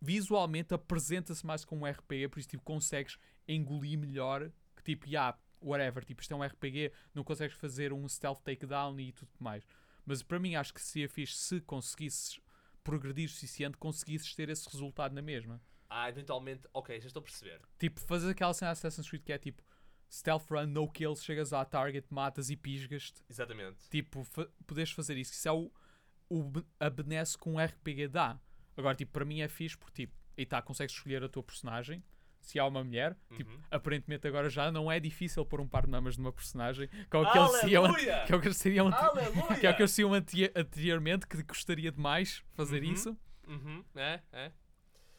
visualmente apresenta-se mais como um RPG, por isso, tipo, consegues engolir melhor que, tipo, yeah, whatever, tipo, isto é um RPG, não consegues fazer um stealth takedown e tudo mais. Mas para mim acho que seria fixe se conseguisses progredir o suficiente, conseguisses ter esse resultado na mesma.
Ah, eventualmente, ok, já estou a perceber.
Tipo, fazer aquela cena Assassin's Creed que é tipo stealth run, no kill, chegas à target, matas e pisgas-te.
Exatamente.
Tipo, fa poderes fazer isso. Isso é o, o be- a benesse que um RPG dá. Agora, tipo, para mim é fixe porque, tipo, aí tá, consegues escolher a tua personagem. Se há uma mulher, tipo,
Uhum.
aparentemente agora já não é difícil pôr um par de mamas numa personagem. Com aquele seriam,
Aleluia!
que é o que eles seriam ante-
Aleluia!
que é o que eles tinham ante- anteriormente, que gostaria demais fazer isso.
Uhum, é, é.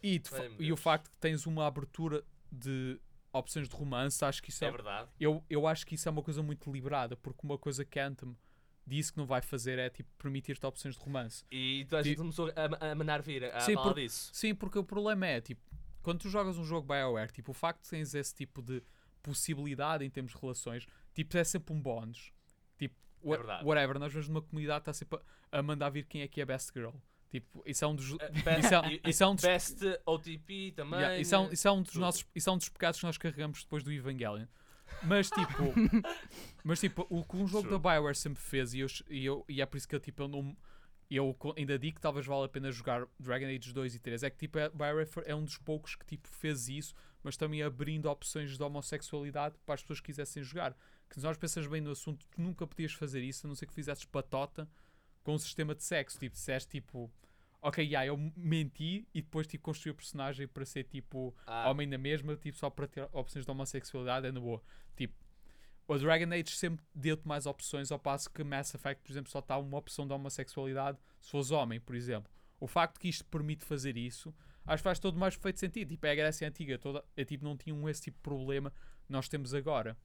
E, de fa-
Ai, meu
e o
Deus.
facto que tens uma abertura de opções de romance, acho que isso é,
É verdade.
eu, eu acho que isso é uma coisa muito deliberada, porque uma coisa que a Anthem disse que não vai fazer é tipo permitir-te opções de romance.
E toda a gente
Tipo-
começou a, a manar vir a
Sim,
falar
porque-
disso.
Sim, porque o problema é, tipo, quando tu jogas um jogo BioWare, tipo, o facto de tens esse tipo de possibilidade em termos de relações, tipo, é sempre um bónus. Tipo, wha-
verdade.
whatever, nós vemos numa comunidade que está sempre a, a mandar vir quem é que é a best girl. Tipo, isso é um dos...
Eh, Best,
Isso é-
e-
isso é um
e
dos-
best OTP também. né?
Yeah, isso, é um, isso é um dos
tudo.
nossos, isso é um dos pecados que nós carregamos depois do Evangelion. Mas tipo,
*laughs*
mas tipo, o que um jogo da BioWare sempre fez e, eu, ch- e, eu- e é por isso que eu, tipo, eu não eu co- ainda digo que talvez vale a pena jogar Dragon Age 2 e 3, é que tipo, a BioWare foi- é um dos poucos que tipo fez isso, mas também abrindo opções de homossexualidade para as pessoas que quisessem jogar. Que se nós pensamos bem no assunto, tu nunca podias fazer isso, a não ser que fizesses batota com um sistema de sexo, tipo, disseste tipo, ok, yeah, eu menti e depois tipo, construí o personagem para ser tipo
Ah.
homem na mesma, tipo, só para ter opções de homossexualidade, é na boa. Tipo, o Dragon Age sempre deu-te mais opções, ao passo que Mass Effect, por exemplo, só está uma opção de homossexualidade se fores homem, por exemplo. O facto que isto permite fazer isso, acho que faz todo mais perfeito sentido. Tipo, é a Grécia Antiga, toda, é, tipo, não tinham esse tipo de problema que nós temos agora.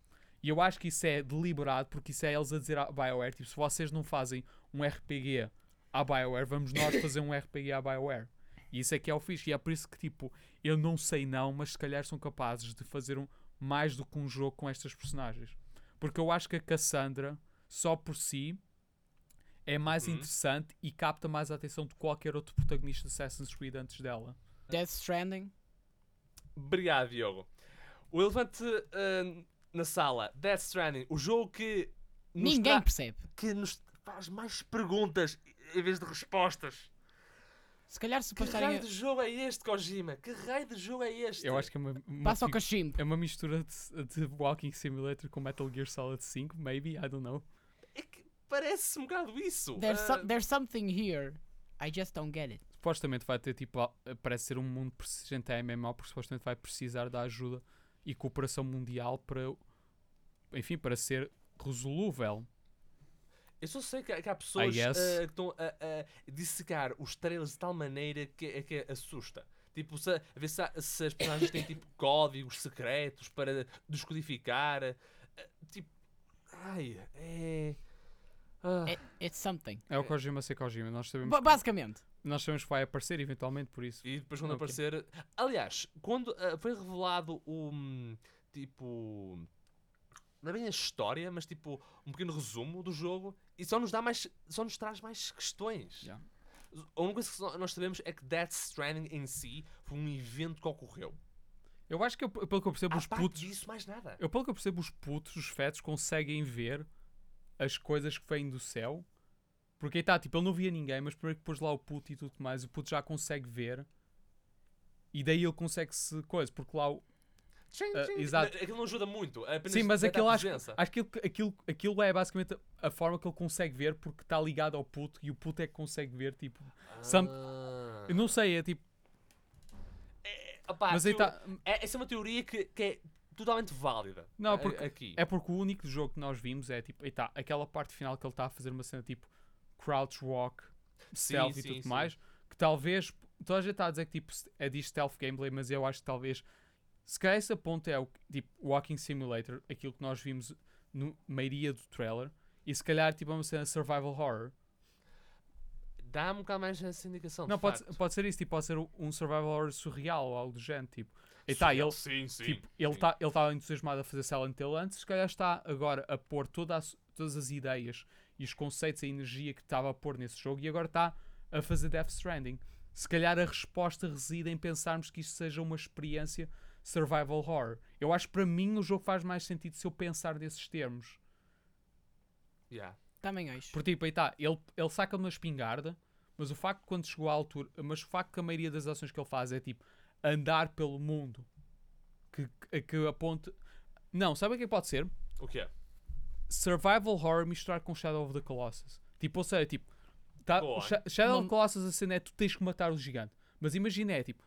E eu acho que isso é deliberado, porque isso é eles a dizer à BioWare, tipo, se vocês não fazem um RPG à BioWare, vamos nós fazer um RPG à BioWare. E isso é que é o fixe. E é por isso que, tipo, eu não sei não, mas se calhar são capazes de fazer um, mais do que um jogo com estas personagens. Porque eu acho que a Cassandra, só por si, é mais interessante e capta mais a atenção de qualquer outro protagonista de Assassin's Creed antes dela.
Death Stranding.
Obrigado, Diogo. O elefante ah, na sala, Death Stranding, o jogo que nos
Ninguém
tra-
percebe.
que nos faz mais perguntas em vez de respostas.
Se calhar se
Que
passarem.
raio de
a-
jogo é este, Kojima? Que raio de jogo é este?
Eu acho que é uma, uma
Passa ao
fi-
cachimbo.
é uma mistura de, de Walking Simulator com Metal Gear Solid 5, maybe, I don't know.
É que parece um bocado isso.
There's,
Ah,
Uh,
so- there's something here. I just don't get it.
supostamente vai ter tipo, a- parece ser um mundo persistente a MMO, porque supostamente vai precisar da ajuda e cooperação mundial para, enfim, para ser resolúvel.
Eu só sei que, que há pessoas
guess.
ah, que estão a, a dissecar os trailers de tal maneira que, é, que assusta. Tipo, se, a ver se, há- se as personagens têm tipo códigos secretos para descodificar. ah, tipo. Ai, é. Ah,
It- it's something.
É o Kojima ser Kojima, nós sabemos,
Ba- basicamente.
nós sabemos que vai aparecer eventualmente, por isso.
E depois quando
Ok.
aparecer. Aliás, quando ah, foi revelado o. hum, tipo. Não é bem a história, mas tipo, um pequeno resumo do jogo e só nos dá mais. só nos traz mais questões.
Yeah.
A única coisa que só- nós sabemos é que Death Stranding em si foi um evento que ocorreu.
Eu acho que, eu- pelo Ah, que eu percebo,
À
os
parte
putos,
disso, mais nada.
eu, pelo que eu percebo, os putos, os fetos, conseguem ver as coisas que vêm do céu. Porque aí está, tipo, ele não via ninguém, mas primeiro que pôs lá o puto e tudo mais, o puto já consegue ver. E daí ele consegue se coisa, porque lá o,
Tchim,
Ah,
tchim.
exato.
Aquilo não ajuda muito. Apenas
Sim, mas
detecta
aquilo
a
acho,
presença.
acho que aquilo, aquilo, aquilo é basicamente a, a forma que ele consegue ver porque está ligado ao puto e o puto é que consegue ver, tipo. some-
Ah.
Eu não sei, é tipo.
Opá,
mas aí
teo-
tá,
é, essa é uma teoria que, que é totalmente válida.
Não,
A-
porque
aqui.
É porque o único jogo que nós vimos é tipo, aí tá, aquela parte final que ele está a fazer uma cena tipo crouch walk,
Sim,
stealth e
sim,
tudo
sim.
mais, que talvez toda a gente está a dizer que tipo se- é de stealth gameplay, mas eu acho que talvez se calhar esse ponto é o que- tipo walking simulator, aquilo que nós vimos no maioria do trailer, e se calhar tipo é uma cena survival horror.
Dá-me um bocado mais essa indicação.
Não,
de
pode,
facto.
pode ser isso, tipo, pode ser um survival horror surreal ou algo do género, tipo. E tá, ele,
Sim, sim.
tipo, ele está ele tá entusiasmado a fazer Silent Hill antes, se calhar está agora a pôr toda a su- todas as ideias e os conceitos, a energia que estava a pôr nesse jogo e agora está a fazer Death Stranding. Se calhar a resposta reside em pensarmos que isto seja uma experiência survival horror. Eu acho que para mim o jogo faz mais sentido se eu pensar nesses termos.
Yeah.
Também acho.
Por tipo, aí tá, ele, ele saca uma espingarda, mas o facto de quando chegou à altura, mas o facto que a maioria das ações que ele faz é tipo andar pelo mundo que, que- que aponte. Não, sabe o que é que pode ser?
O que é?
Survival horror misturar com Shadow of the Colossus. Tipo, ou seja, tipo, tá,
Boa.
o Sha- Shadow of
Não-
the Colossus a cena é tu tens que matar o gigante. Mas imagina, é tipo,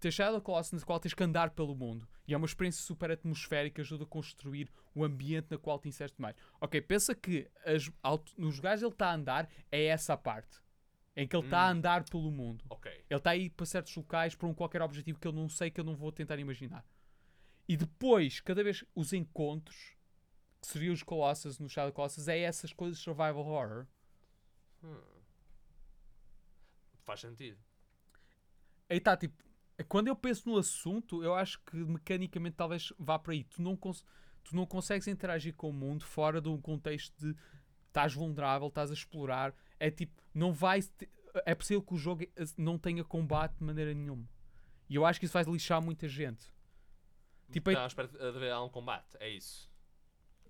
tens Shadow of the Colossus na qual tens que andar pelo mundo. E é uma experiência super atmosférica, ajuda a construir o ambiente na qual te inseres mais. Ok, pensa que as, aut- nos lugares ele está a andar é essa a parte. Em que ele está a andar pelo mundo.
Ok.
Ele está aí para certos locais, para um qualquer objetivo que eu não sei, que eu não vou tentar imaginar. E depois, cada vez os encontros, que seriam os Colossus no Shadow Colossus, é essas coisas de survival horror.
Faz sentido.
Tipo, Aí está, tipo, quando eu penso no assunto, eu acho que mecanicamente talvez vá para aí. Tu não, cons- tu não consegues interagir com o mundo fora de um contexto de estás vulnerável, estás a explorar. É tipo, não vai. te- É possível que o jogo eh, não tenha combate de maneira nenhuma. E eu acho que isso vai lixar muita gente. Tipo, aí-
Estava Tá à espera de de haver algum combate. É isso.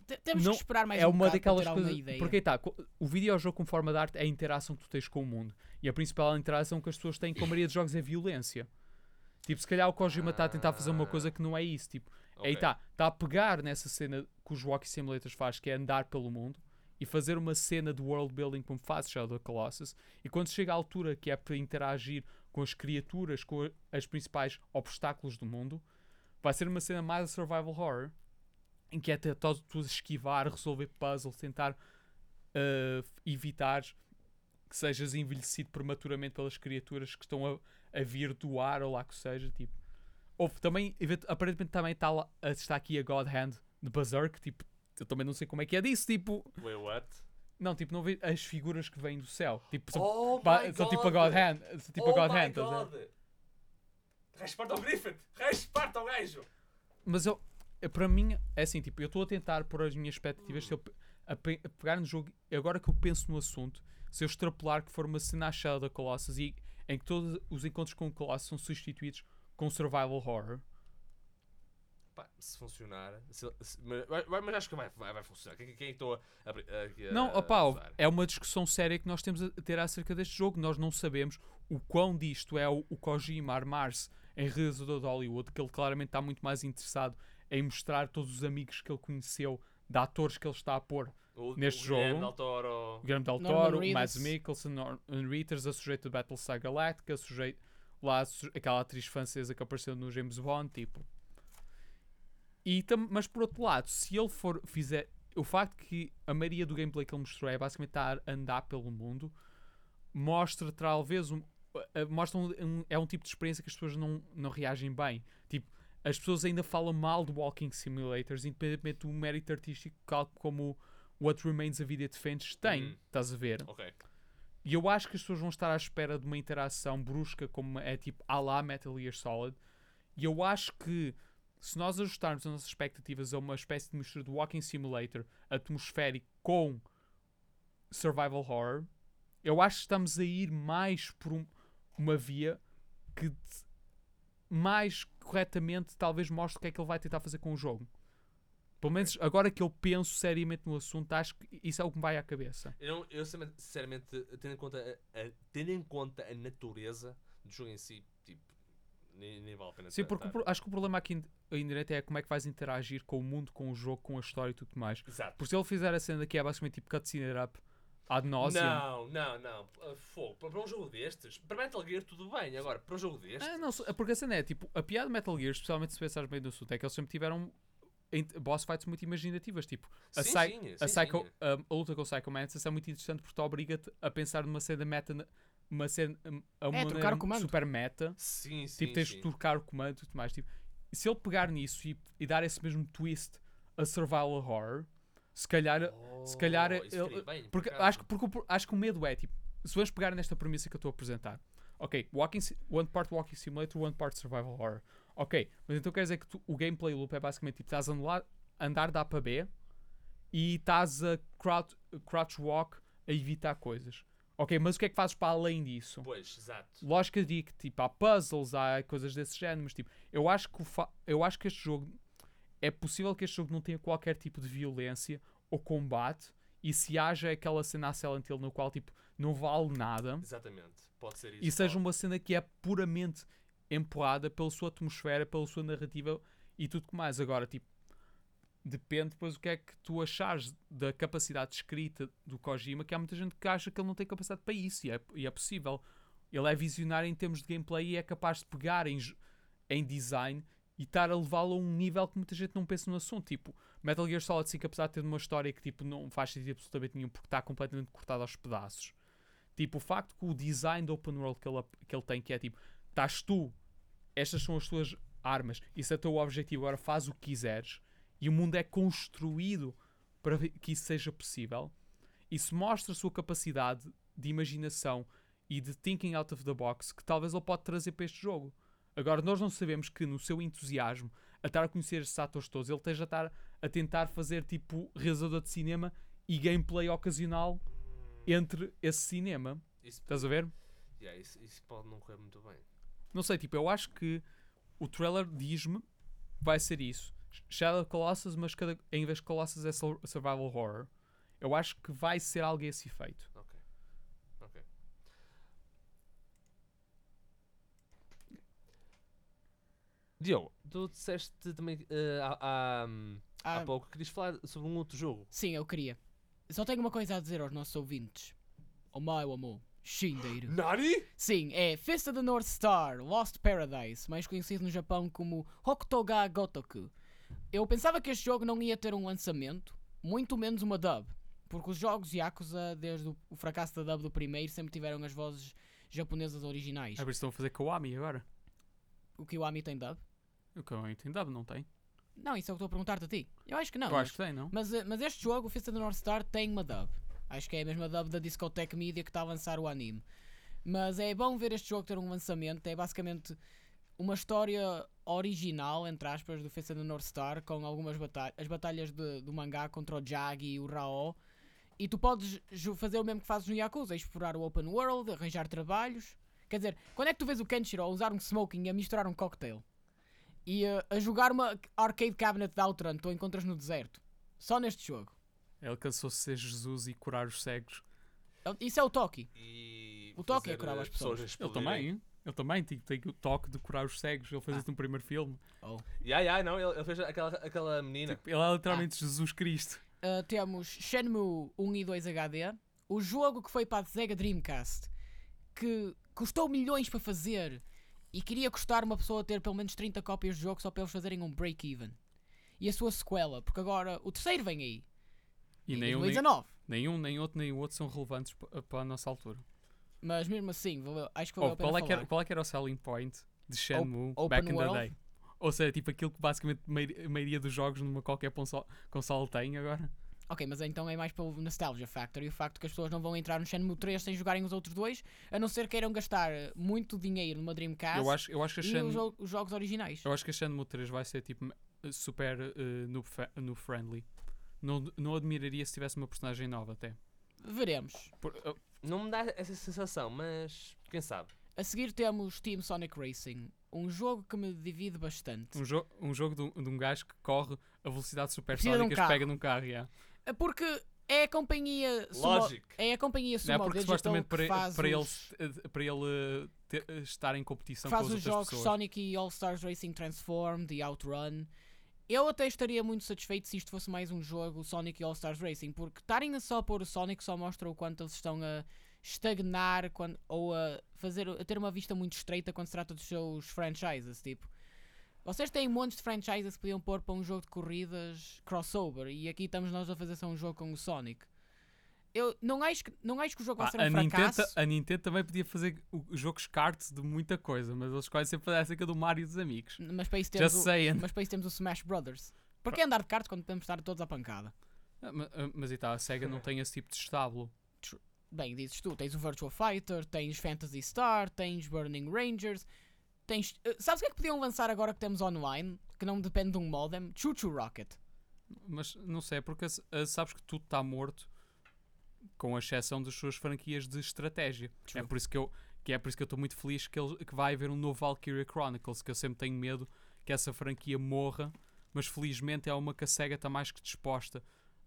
T- Temos
não-
que esperar mais
é
um
uma
bocado
daquelas
para ter alguma
coisas.
ideia.
Porque aí tá, co- o videojogo como forma de arte é a interação que tu tens com o mundo. E a principal interação que as pessoas têm com a maioria dos jogos é violência. Tipo, se calhar o Kojima está a tentar fazer uma coisa que não é isso. Tipo, aí
Ok.
está, está a pegar nessa cena que os Walking Simulators faz, que é andar pelo mundo, e fazer uma cena de world building como faz Shadow of the Colossus. E quando chega a altura que é para interagir com as criaturas, com a- as principais obstáculos do mundo, vai ser uma cena mais survival horror em que é tentar tu esquivar, resolver puzzles, tentar ah, evitar que sejas envelhecido prematuramente pelas criaturas que estão a, a vir do ar ou lá que seja. Tipo, Houve também, event- aparentemente também está, lá- está aqui a God Hand de Berserk, tipo, eu também não sei como é que é disso, tipo,
Wait, what?
não, tipo, não vê as figuras que vêm do céu, tipo, são,
Oh
ba-
my
são tipo a
God!
God Hand, são tipo
oh
a God
my
Hand, estás a ver?
God! Resparta ao Griffith! Resparta ao gajo!
mas eu, eu- para mim, é assim, tipo, eu estou a tentar pôr as minhas expectativas, se eu pe- a, pe- a pegar no jogo, agora que eu penso no assunto, se eu extrapolar que for uma cena achada da Colossus e em que todos os encontros com o Colossus são substituídos com survival horror,
Pá, se funcionar. se- se- mas, vai- vai- mas acho que vai, vai, vai funcionar. Quem, quem estou a, a, a, a.
Não,
a
opá,
usar?
é uma discussão séria que nós temos a ter acerca deste jogo. Nós não sabemos o quão disto é o, o Kojima armar-se em realizador de Hollywood, que ele claramente está muito mais interessado em mostrar todos os amigos que ele conheceu, de atores que ele está a pôr.
O-
neste
o Guilherme
jogo-
Del Toro.
O Guilherme Del
Norman
Toro, o
Reedus.
Mads Mikkelsen, Norman Reedus, a sujeito do Battlestar Galactica, a sujeito, lá, a suje- aquela atriz francesa que apareceu no James Bond, tipo... E tam- mas por outro lado, se ele for fizer o facto que a maioria do gameplay que ele mostrou é basicamente estar a andar pelo mundo, mostra talvez um, a- a- mostra um- um- é um tipo de experiência que as pessoas não, não reagem bem. Tipo, as pessoas ainda falam mal de Walking Simulators, independentemente do mérito artístico que algo como What Remains of Edith Finch tem,
Uhum.
estás a ver?
Ok.
E eu acho que as pessoas vão estar à espera de uma interação brusca como é tipo à la Metal Gear Solid. E eu acho que se nós ajustarmos as nossas expectativas a uma espécie de mistura de Walking Simulator atmosférico com Survival Horror, eu acho que estamos a ir mais por um- uma via que de- mais corretamente talvez mostre o que é que ele vai tentar fazer com o jogo. Pelo menos agora que eu penso seriamente no assunto, acho que isso é o que me vai à cabeça.
Eu, não- eu sinceramente- sinceramente, tendo em, conta a, a- tendo em conta a natureza do jogo em si, tipo, nem, nem vale a pena
Sim,
tra-
porque o
tra-
pro- acho que o problema aqui em- em direto é como é que vais interagir com o mundo, com o jogo, com a história e tudo mais.
Exato.
Porque se ele fizer a cena que é basicamente tipo cutscene it up ad
Não,
nauseam.
não, não. Ah, Fogo. Para para um jogo destes, para Metal Gear tudo bem. Agora, para um jogo destes.
Ah, não, se- porque a cena é tipo, a piada de Metal Gear, especialmente se pensares bem no assunto, é que eles sempre tiveram int- boss fights muito imaginativas. Tipo, a,
Sim,
Psy-
sim,
a,
sim,
Psycho-
sim.
a- a luta com o Psycho Mantis é muito interessante porque te obriga-te a pensar numa cena meta, uma cena, hum, a uma
trocar
maneira
É, o comando.
super meta.
Sim, sim.
Tipo, tens
sim.
de trocar o comando e tudo mais. Tipo, se ele pegar nisso e, e dar esse mesmo twist a survival horror, se calhar. se calhar
Oh, isso
ele-
ficaria bem, por
porque,
acaso.
acho, que, porque o pro- acho que o medo é tipo. Se vamos pegar nesta premissa que eu estou a apresentar, ok, walking, si- one part walking simulator, one part survival horror. Ok, mas então quer dizer que tu- o gameplay loop é basicamente tipo: estás a andar, andar da A para B e estás a crouch, crouch walk a evitar coisas. Ok, mas o que é que fazes para além disso?
Pois, exato.
lógica de que tipo há puzzles há coisas desse género mas tipo eu acho que o fa- eu acho que este jogo é possível que este jogo não tenha qualquer tipo de violência ou combate e se haja é aquela cena a Silent Hill no qual tipo não vale nada
Exatamente. Pode ser isso.
e seja
pode.
uma cena que é puramente empurrada pela sua atmosfera, pela sua narrativa e tudo que mais. Agora, tipo, depende depois o que é que tu achares da capacidade de escrita do Kojima, que há muita gente que acha que ele não tem capacidade para isso e é, e é possível. Ele é visionário em termos de gameplay e é capaz de pegar em, jo- em design e estar a levá-lo a um nível que muita gente não pensa no assunto. Tipo, Metal Gear Solid 5, apesar de ter uma história que tipo, não faz sentido absolutamente nenhum porque está completamente cortada aos pedaços. Tipo, o facto que o design do open world que ele, ap- que ele tem, que é tipo, estás tu, estas são as tuas armas, isso é o teu objetivo, agora faz o que quiseres, e o mundo é construído para vi- que isso seja possível. Isso mostra a sua capacidade de imaginação e de thinking out of the box que talvez ele pode trazer para este jogo. Agora, nós não sabemos que no seu entusiasmo a estar a conhecer estes atores todos, ele esteja a, estar a tentar fazer tipo realizador de cinema e gameplay ocasional entre esse cinema.
Isso,
Estás a ver?
yeah, isso, isso pode não correr muito bem.
Não sei, tipo, eu acho que o trailer diz-me que vai ser isso. Shadow of Colossus, mas cada, em vez de Colossus é sur- survival horror. Eu acho que vai ser algo a esse efeito.
Ok. Ok. Diogo, tu disseste também eh, há, há, hum, há
Ah,
pouco que querias falar sobre um outro jogo.
sim, eu queria. Só tenho uma coisa a dizer aos nossos ouvintes. Oh meu amor, Shindeiro.
Nani?
Sim, é Festa do North Star, Lost Paradise, mais conhecido no Japão como Hokutoga Gotoku. Eu pensava que este jogo não ia ter um lançamento, muito menos uma dub, porque os jogos Yakuza, desde o o fracasso da dub do primeiro, sempre tiveram as vozes japonesas originais.
A ver se Ah, estão a fazer Koami agora.
O Kiwami tem dub?
O Koami tem dub, não tem?
Não, isso é o que estou a perguntar-te a ti. Eu acho que não.
Eu acho que tem, não?
Mas, eh, mas este jogo, o Fist of the North Star, tem uma dub. Acho que é a mesma dub da Discotech Media que está a lançar o anime. Mas é bom ver este jogo ter um lançamento. É basicamente uma história original, entre aspas, do Fist of the North Star, com algumas batalhas. As batalhas de- do mangá contra o Jag e o Rao. E tu podes ju- fazer o mesmo que fazes no Yakuza: explorar o open world, arranjar trabalhos. Quer dizer, quando é que tu vês o Kenshiro a usar um smoking e a misturar um cocktail? E eh, a jogar uma arcade cabinet de Outrun que tu encontras no deserto? Só neste jogo.
Ele cansou-se de ser Jesus e curar os cegos.
Isso é o Toki.
E
O toque é
fazer ah,
curar as pessoas.
Ele
explodirem.
também, hein? Ele também tipo, tem o toque de curar os cegos. Ele fez isso no primeiro filme.
Ya, ya, não, ele, ele fez aquela, aquela menina.
Tipo, ele é literalmente Jesus Cristo.
Uh, temos Shenmue 1 e 2 HD, o jogo que foi para a Sega Dreamcast, que custou milhões para fazer e queria custar uma pessoa ter pelo menos 30 cópias de jogo só para eles fazerem um break-even. E a sua sequela, porque agora o terceiro vem aí,
E
em
nem um, nem,
2019.
nem um, nem outro, nem o outro são relevantes pa- para a nossa altura.
Mas mesmo assim, valeu- acho que valeu
Oh,
a pena
qual, é que era,
falar.
qual é que era o selling point de Shenmue
open
back in
world?
the day? Ou seja, tipo aquilo que basicamente mai- a maioria dos jogos numa qualquer console, console tem agora.
Ok, mas então é mais pelo Nostalgia Factor e o facto que as pessoas não vão entrar no Shenmue 3 sem jogarem os outros dois, a não ser queiram gastar uh, muito dinheiro numa Dreamcast
Eu acho, eu, acho que
e
a
os
Shenmue,
jo- os jogos originais.
eu acho que a Shenmue 3 vai ser tipo eh, super eh, noob, fa- noob friendly. Não, não admiraria se tivesse uma personagem nova até.
Veremos.
Por- eh,
Não me dá essa sensação, mas quem sabe?
A seguir temos Team Sonic Racing, um jogo que me divide bastante.
um, jo um jogo de um, de um gajo que corre a velocidade
Precisa de um
supersónicas
carro.
pega num carro. Yeah.
Porque é a companhia Sumo,
Logic.
é a companhia
Não,
Sumo
porque
Digital
supostamente
que
para,
faz
para,
os,
ele, eh, para ele eh, ter- eh, estar em competição com
faz
as
os
outras
jogos
pessoas.
Sonic e All Stars Racing Transformed e Outrun. Eu até estaria muito satisfeito se isto fosse mais um jogo Sonic e All Stars Racing, porque estarem a só pôr o Sonic só mostra o quanto eles estão a estagnar quando- ou a fazer a ter uma vista muito estreita quando se trata dos seus franchises, tipo. Vocês têm montes de franchises que podiam pôr para um jogo de corridas crossover e aqui estamos nós a fazer só um jogo com o Sonic. Eu não acho que, não acho que o jogo
Pá,
vai ser um
a, Nintendo,
fracasso.
a Nintendo também podia fazer o- os jogos kart de muita coisa, mas eles quase sempre fazem acerca do Mario e dos amigos.
Mas para isso temos
Just
o-
saying.
Mas para isso temos o Smash Brothers. Para que andar de cartas quando podemos estar todos à pancada?
Ah, ma- ah, Mas e tá, a SEGA
*laughs*
não tem esse tipo de estábulo.
Bem, dizes tu, tens o Virtua Fighter, tens Fantasy Star, tens Burning Rangers, tens. eh, sabes o que é que podiam lançar agora que temos online? Que não depende de um modem? Choo Choo Rocket.
Mas não sei, é porque as- as- sabes que tudo está morto, com a exceção das suas franquias de estratégia. É
True.
por isso que eu que é por isso que eu estou muito feliz que, ele- que vai haver um novo Valkyria Chronicles, que eu sempre tenho medo que essa franquia morra, mas felizmente é uma que a SEGA está mais que disposta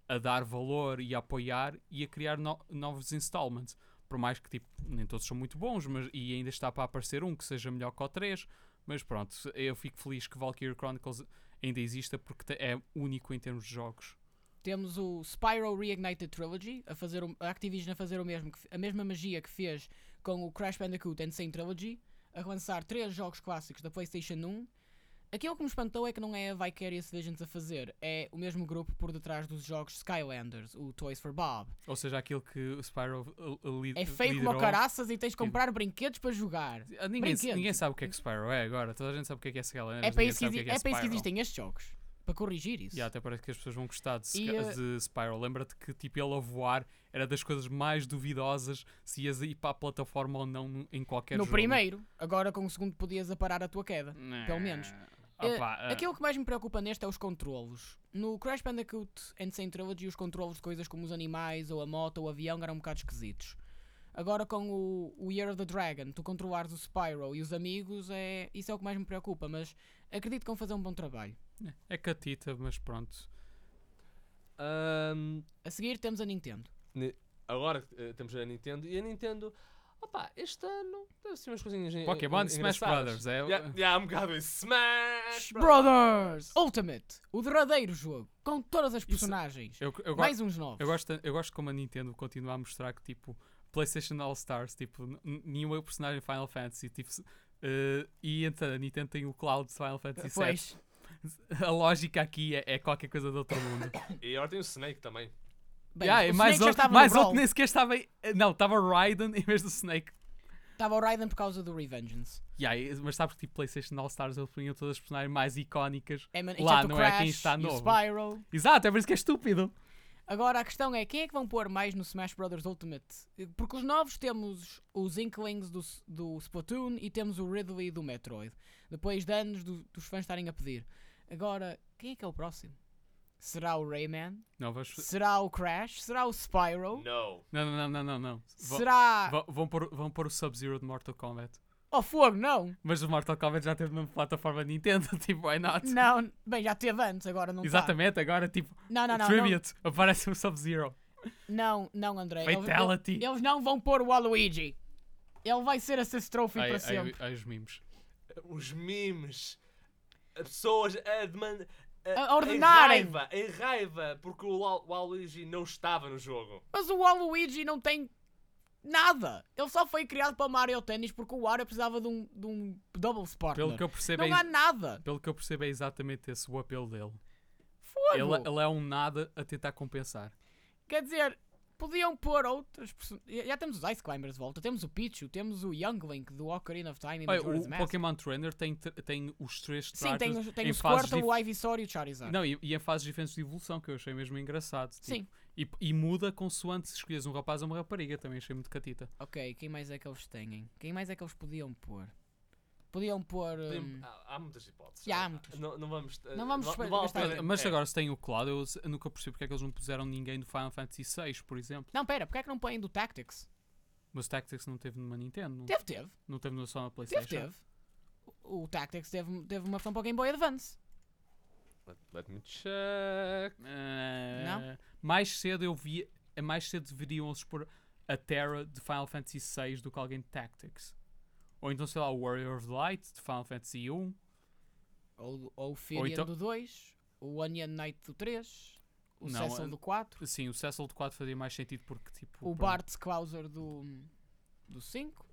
a dar valor e a apoiar e a criar no- novos installments. Por mais que tipo, nem todos são muito bons, mas e ainda está para aparecer um que seja melhor que o 3. Mas pronto, se- eu fico feliz que Valkyria Chronicles ainda exista porque te- é único em termos de jogos.
Temos o Spyro Reignited Trilogy, a, fazer o- a Activision a fazer o mesmo, que- a mesma magia que fez com o Crash Bandicoot Insane Trilogy, a lançar três jogos clássicos da PlayStation 1. Aquilo que me espantou é que não é a Vicarious Visions a fazer, é o mesmo grupo por detrás dos jogos Skylanders, o Toys for Bob.
Ou seja, aquilo que o Spyro uh, uh, li-
É feio como
liderou.
caraças e tens de comprar brinquedos para jogar.
Ah, Ninguém,
Brinquedos.
ninguém sabe o que é que Spyro é agora. Toda a gente sabe o que é que é Skylanders.
É para
ninguém
isso que,
sabe o
exi-
que é,
é para isso que
Spyro.
existem estes jogos, para corrigir isso.
E até parece que as pessoas vão gostar de, Sky-
E, eh,
de Spyro. Lembra-te que tipo, ele a voar era das coisas mais duvidosas se ias ir para a plataforma ou não num- em qualquer
no
jogo. Né.
primeiro, agora com o segundo podias aparar a tua queda, pelo menos.
Ah,
Eh,
pá, ah,
Aquilo que mais me preocupa neste é os controlos. No Crash Bandicoot and Saint Trilogy, os controlos de coisas como os animais, ou a moto, ou o avião eram um bocado esquisitos. Agora com o, o Year of the Dragon, tu controlares o Spyro e os amigos, é, isso é o que mais me preocupa, mas acredito que vão fazer um bom trabalho.
É catita, mas pronto.
Ahm,
A seguir temos a Nintendo.
agora eh, temos a Nintendo e a Nintendo Opa, este ano teve assim umas coisinhas en-
Pokémon
en-
Smash
engraçadas.
Brothers. É,
Yeah, yeah, um bocado isso. Smash
Brothers Ultimate, o verdadeiro jogo, com todas as personagens.
Eu, eu, go-
Mais um. uns novos.
eu gosto, eu gosto como a Nintendo continua a mostrar que, tipo, PlayStation All Stars, tipo, n- n- nenhuma personagem Final Fantasy, tipo, se- eh, e então a Nintendo tem o Cloud de Final Fantasy VII.
Pois.
*laughs* A lógica aqui é, é qualquer coisa do outro mundo.
E agora tem o Snake também.
Bem,
Ah,
o
e mais
Snake já
outro,
estava
mais
no
outro
Brawl.
nem sequer estava. em- Não, estava Raiden *laughs* em vez do Snake.
Estava o Raiden por causa do Revengeance.
Yeah, e- mas sabes que tipo PlayStation All Stars eles punham todas as personagens mais icónicas.
É, man,
Lá
exceto o
não é quem
Crash
está
e o
novo.
Spyro.
Exato, é por isso que é estúpido.
Agora a questão é quem é que vão pôr mais no Smash Brothers Ultimate? Porque os novos temos os Inklings do, S- do Splatoon e temos o Ridley do Metroid. Depois de anos do- dos fãs estarem a pedir. Agora, quem é que é o próximo? Será o Rayman?
Não, vamos...
Será o Crash? Será o Spyro?
Não.
não, não, não, não, não. não. Vão-
Será.
vão- Vão pôr, vão pôr o Sub-Zero de Mortal Kombat.
Oh fogo, não!
Mas o Mortal Kombat já teve mesmo plataforma Nintendo, *laughs* tipo, why not?
Não, bem, já teve antes, agora não tá.
Exatamente, agora tipo,
Não, não, não. Não,
Tribute, aparece o Sub-Zero.
não, não André. Eles-
Fatality.
Eles, não vão pôr o Waluigi. Ele vai ser essa trophy
Ai,
para
ai,
sempre.
ai, os memes.
Os memes. As pessoas a demandar.
A ordenarem.
Em raiva, em raiva, porque o Lau- o Waluigi não estava no jogo.
Mas o Waluigi não tem nada. Ele só foi criado para o Mario Tennis porque o Wario precisava de um, de um double spot.
Pelo que eu percebo,
Não
é,
há nada.
pelo que eu percebo é exatamente esse o apelo dele.
Fogo.
Ele, ele é um nada a tentar compensar.
Quer dizer, podiam pôr outras pessoas. Já temos os Ice Climbers de volta, temos o Pichu, temos o Young Link do Ocarina of Time e
Olha,
Majora's
o
Mask.
Pokémon Trainer tem, tr- tem os três
Sim, tem,
starters
o- tem
em
o
fases
Squirtle,
dif-
o Ivysaur e o Charizard.
Não, e, e em fases diferentes de evolução, que eu achei mesmo engraçado. tipo,
Sim.
E, e muda consoante se escolhes um rapaz ou uma rapariga, também achei muito catita.
Ok, quem mais é que eles têm? Quem mais é que eles podiam pôr? Podiam pôr. hum,
Há, há muitas hipóteses.
Já há muitas.
Não, não vamos. eh,
Não vamos
vale a
gastar-
pena.
Mas
É.
agora se tem o Cloud, eu se- nunca percebo porque é que eles não puseram ninguém do Final Fantasy VI, por exemplo.
Não, pera, porque é que não põem do Tactics?
Mas o Tactics não teve numa Nintendo, não,
Teve, teve.
não teve só na
Teve,
Playstation.
teve. O o Tactics teve, teve uma versão para o Game Boy Advance.
Let, let me check.
Eh,
Não?
Mais cedo eu vi, eh, mais cedo deveriam eles pôr a Terra de Final Fantasy VI do que alguém de Tactics. Ou então, sei lá, o Warrior of Light de Final Fantasy um. I.
Ou, ou o Firion
então-
do 2, o Onion Knight do 3, o
Não,
Cecil
eh,
do 4,
Sim, o Cecil de 4 fazia mais sentido porque, tipo.
o
pronto,
Bart Clauser do, do 5.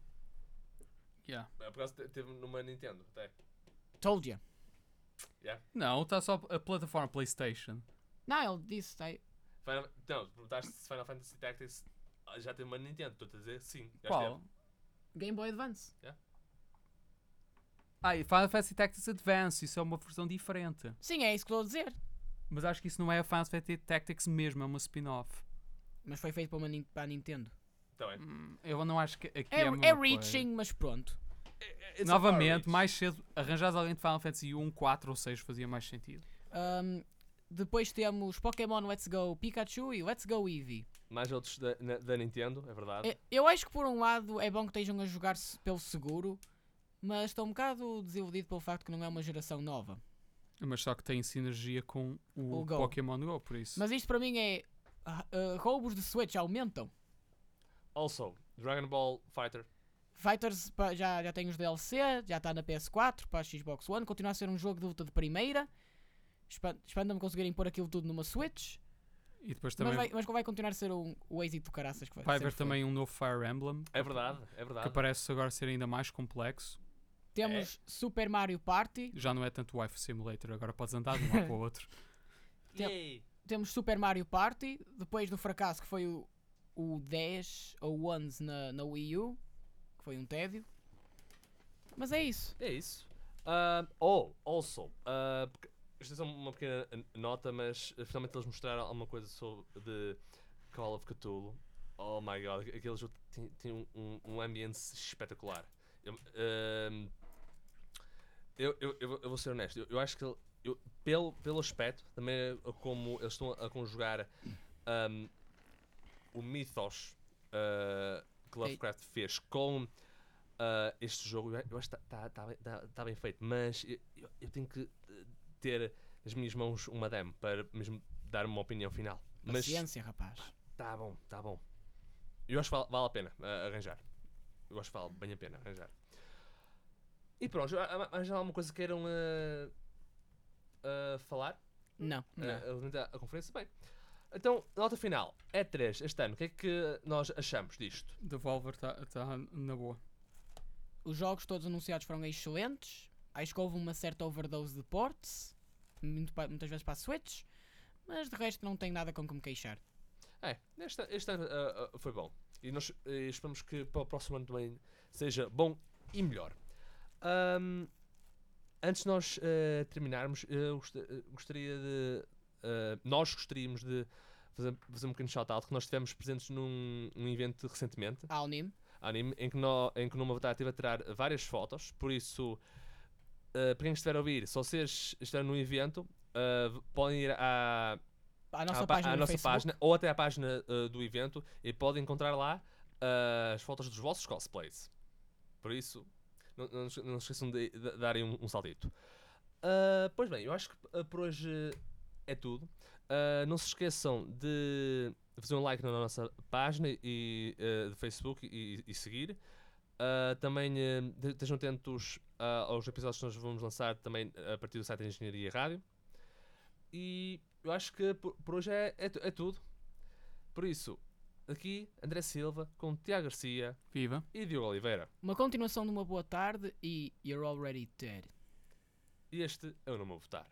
yeah.
É, Por acaso te- teve numa Nintendo até.
Told ya.
Não, está só a plataforma PlayStation.
Não, ele disse, tá aí.
Final, não, perguntaste se Final Fantasy Tactics ah, já teve uma Nintendo. Estou a dizer sim. Já
Qual?
Game Boy Advance.
Ah, e Final Fantasy Tactics Advance, isso é uma versão diferente.
Sim, é isso que estou a dizer.
Mas acho que isso não é a Final Fantasy Tactics mesmo, é uma spin-off.
Mas foi feito para, uma, Nin- para a Nintendo.
Então é.
Hum, Eu não acho que aqui
É,
é, a
é
mesma coisa.
reaching, mas pronto.
It's a far
Novamente,
reach.
mais cedo, arranjares alguém de Final Fantasy 1, 4 ou 6 fazia mais sentido.
Ahm, depois temos Pokémon Let's Go Pikachu e Let's Go Eevee.
Mais outros da, na- da Nintendo, é verdade.
E- Eu acho que por um lado é bom que estejam a jogar se- pelo seguro, mas estou um bocado desiludido pelo facto que não é uma geração nova.
Mas só que tem sinergia com o,
O Go.
Pokémon Go, por isso.
Mas isto para mim é. ah, ah, roubos de Switch aumentam.
Also, Dragon Ball Fighter.
Fighters pá, já, já tem os DLC, já está na PS4, para a Xbox One, continua a ser um jogo de luta de primeira. Espan- Espanta-me conseguirem pôr aquilo tudo numa Switch,
e depois
mas
também
vai,
vai,
mas vai continuar a ser um, o êxito do caraças que vai sempre
haver
foi. Ah.
também um novo Fire Emblem,
É verdade, é verdade.
que parece agora ser ainda mais complexo.
Temos
É.
Super Mario Party,
Já não é tanto o Wife Simulator, agora podes andar de um
*laughs*
lado para o outro.
tem-
Yay.
temos Super Mario Party, depois do fracasso que foi o, o 10 ou o 11 na, na Wii U, que foi um tédio. Mas é isso.
É isso. Ah, oh, also, ah, porque- isto é só uma pequena n- nota, mas eh, finalmente eles mostraram alguma coisa sobre de Call of Cthulhu. Oh my god, aqu- aquele jogo tem, tem um, um, um ambiente espetacular. Eu, ahm, eu, eu, eu vou- eu vou ser honesto, eu, eu acho que ele- eu- pelo, pelo aspecto, da maneira como eles estão a conjugar ahm, o mythos ah, que
Ei.
Lovecraft fez com ah, este jogo, eu, a- eu acho que está bem, tá- tá bem feito, mas eu, eu- eu tenho que eh, ter nas minhas mãos uma demo para mesmo dar uma opinião final. Mas
Paciência, rapaz.
tá bom, tá bom. Eu acho que vale, vale a pena ah, arranjar. Eu acho que vale bem a pena arranjar. E pronto, há- há- mais alguma coisa que queiram ah, ah, falar?
Não,
Ah,
não.
relativamente à- à conferência? Bem. Então, nota final. E3 este ano, o que é que nós achamos disto?
Devolver está
tá,
na boa.
Os jogos todos anunciados foram excelentes. Acho que houve uma certa overdose de ports, muito pa- muitas vezes para a Switch, mas de resto não tenho nada com que me queixar.
É, este, este ano ah, ah, foi bom. E nós eh, esperamos que para o próximo ano também seja bom e melhor. Ahm, antes de nós eh, terminarmos, eu gost- eh, gostaria de. eh, nós gostaríamos de fazer, fazer um pequeno shout-out que nós estivemos presentes num, num evento recentemente
Alnim,
anime em que, no, em que o Numa Avatar estive a tirar várias fotos, por isso, eh, para quem estiver a ouvir, se vocês estiverem no evento, eh, v- podem ir à,
a nossa
à pa-
página
à Ah,
no
nossa
Facebook.
página, ou até à página eh, do evento e podem encontrar lá eh, as fotos dos vossos cosplays. Por isso, não, não se não se esqueçam de, de darem um, um saltito. Ah, pois bem, eu acho que ah, por hoje é tudo. Ah, não se esqueçam de fazer um like na nossa página e, ah, do Facebook e, e seguir. Ah, também ah, de- estejam atentos ah, aos episódios que nós vamos lançar também a partir do site da Engenharia Rádio. E eu acho que por, por hoje é, é, tu- é tudo. Por isso, aqui André Silva com Tiago Garcia
Viva.
e Diogo Oliveira.
Uma continuação de uma boa tarde e You're Already Dead.
E este é o Não Vou Votar.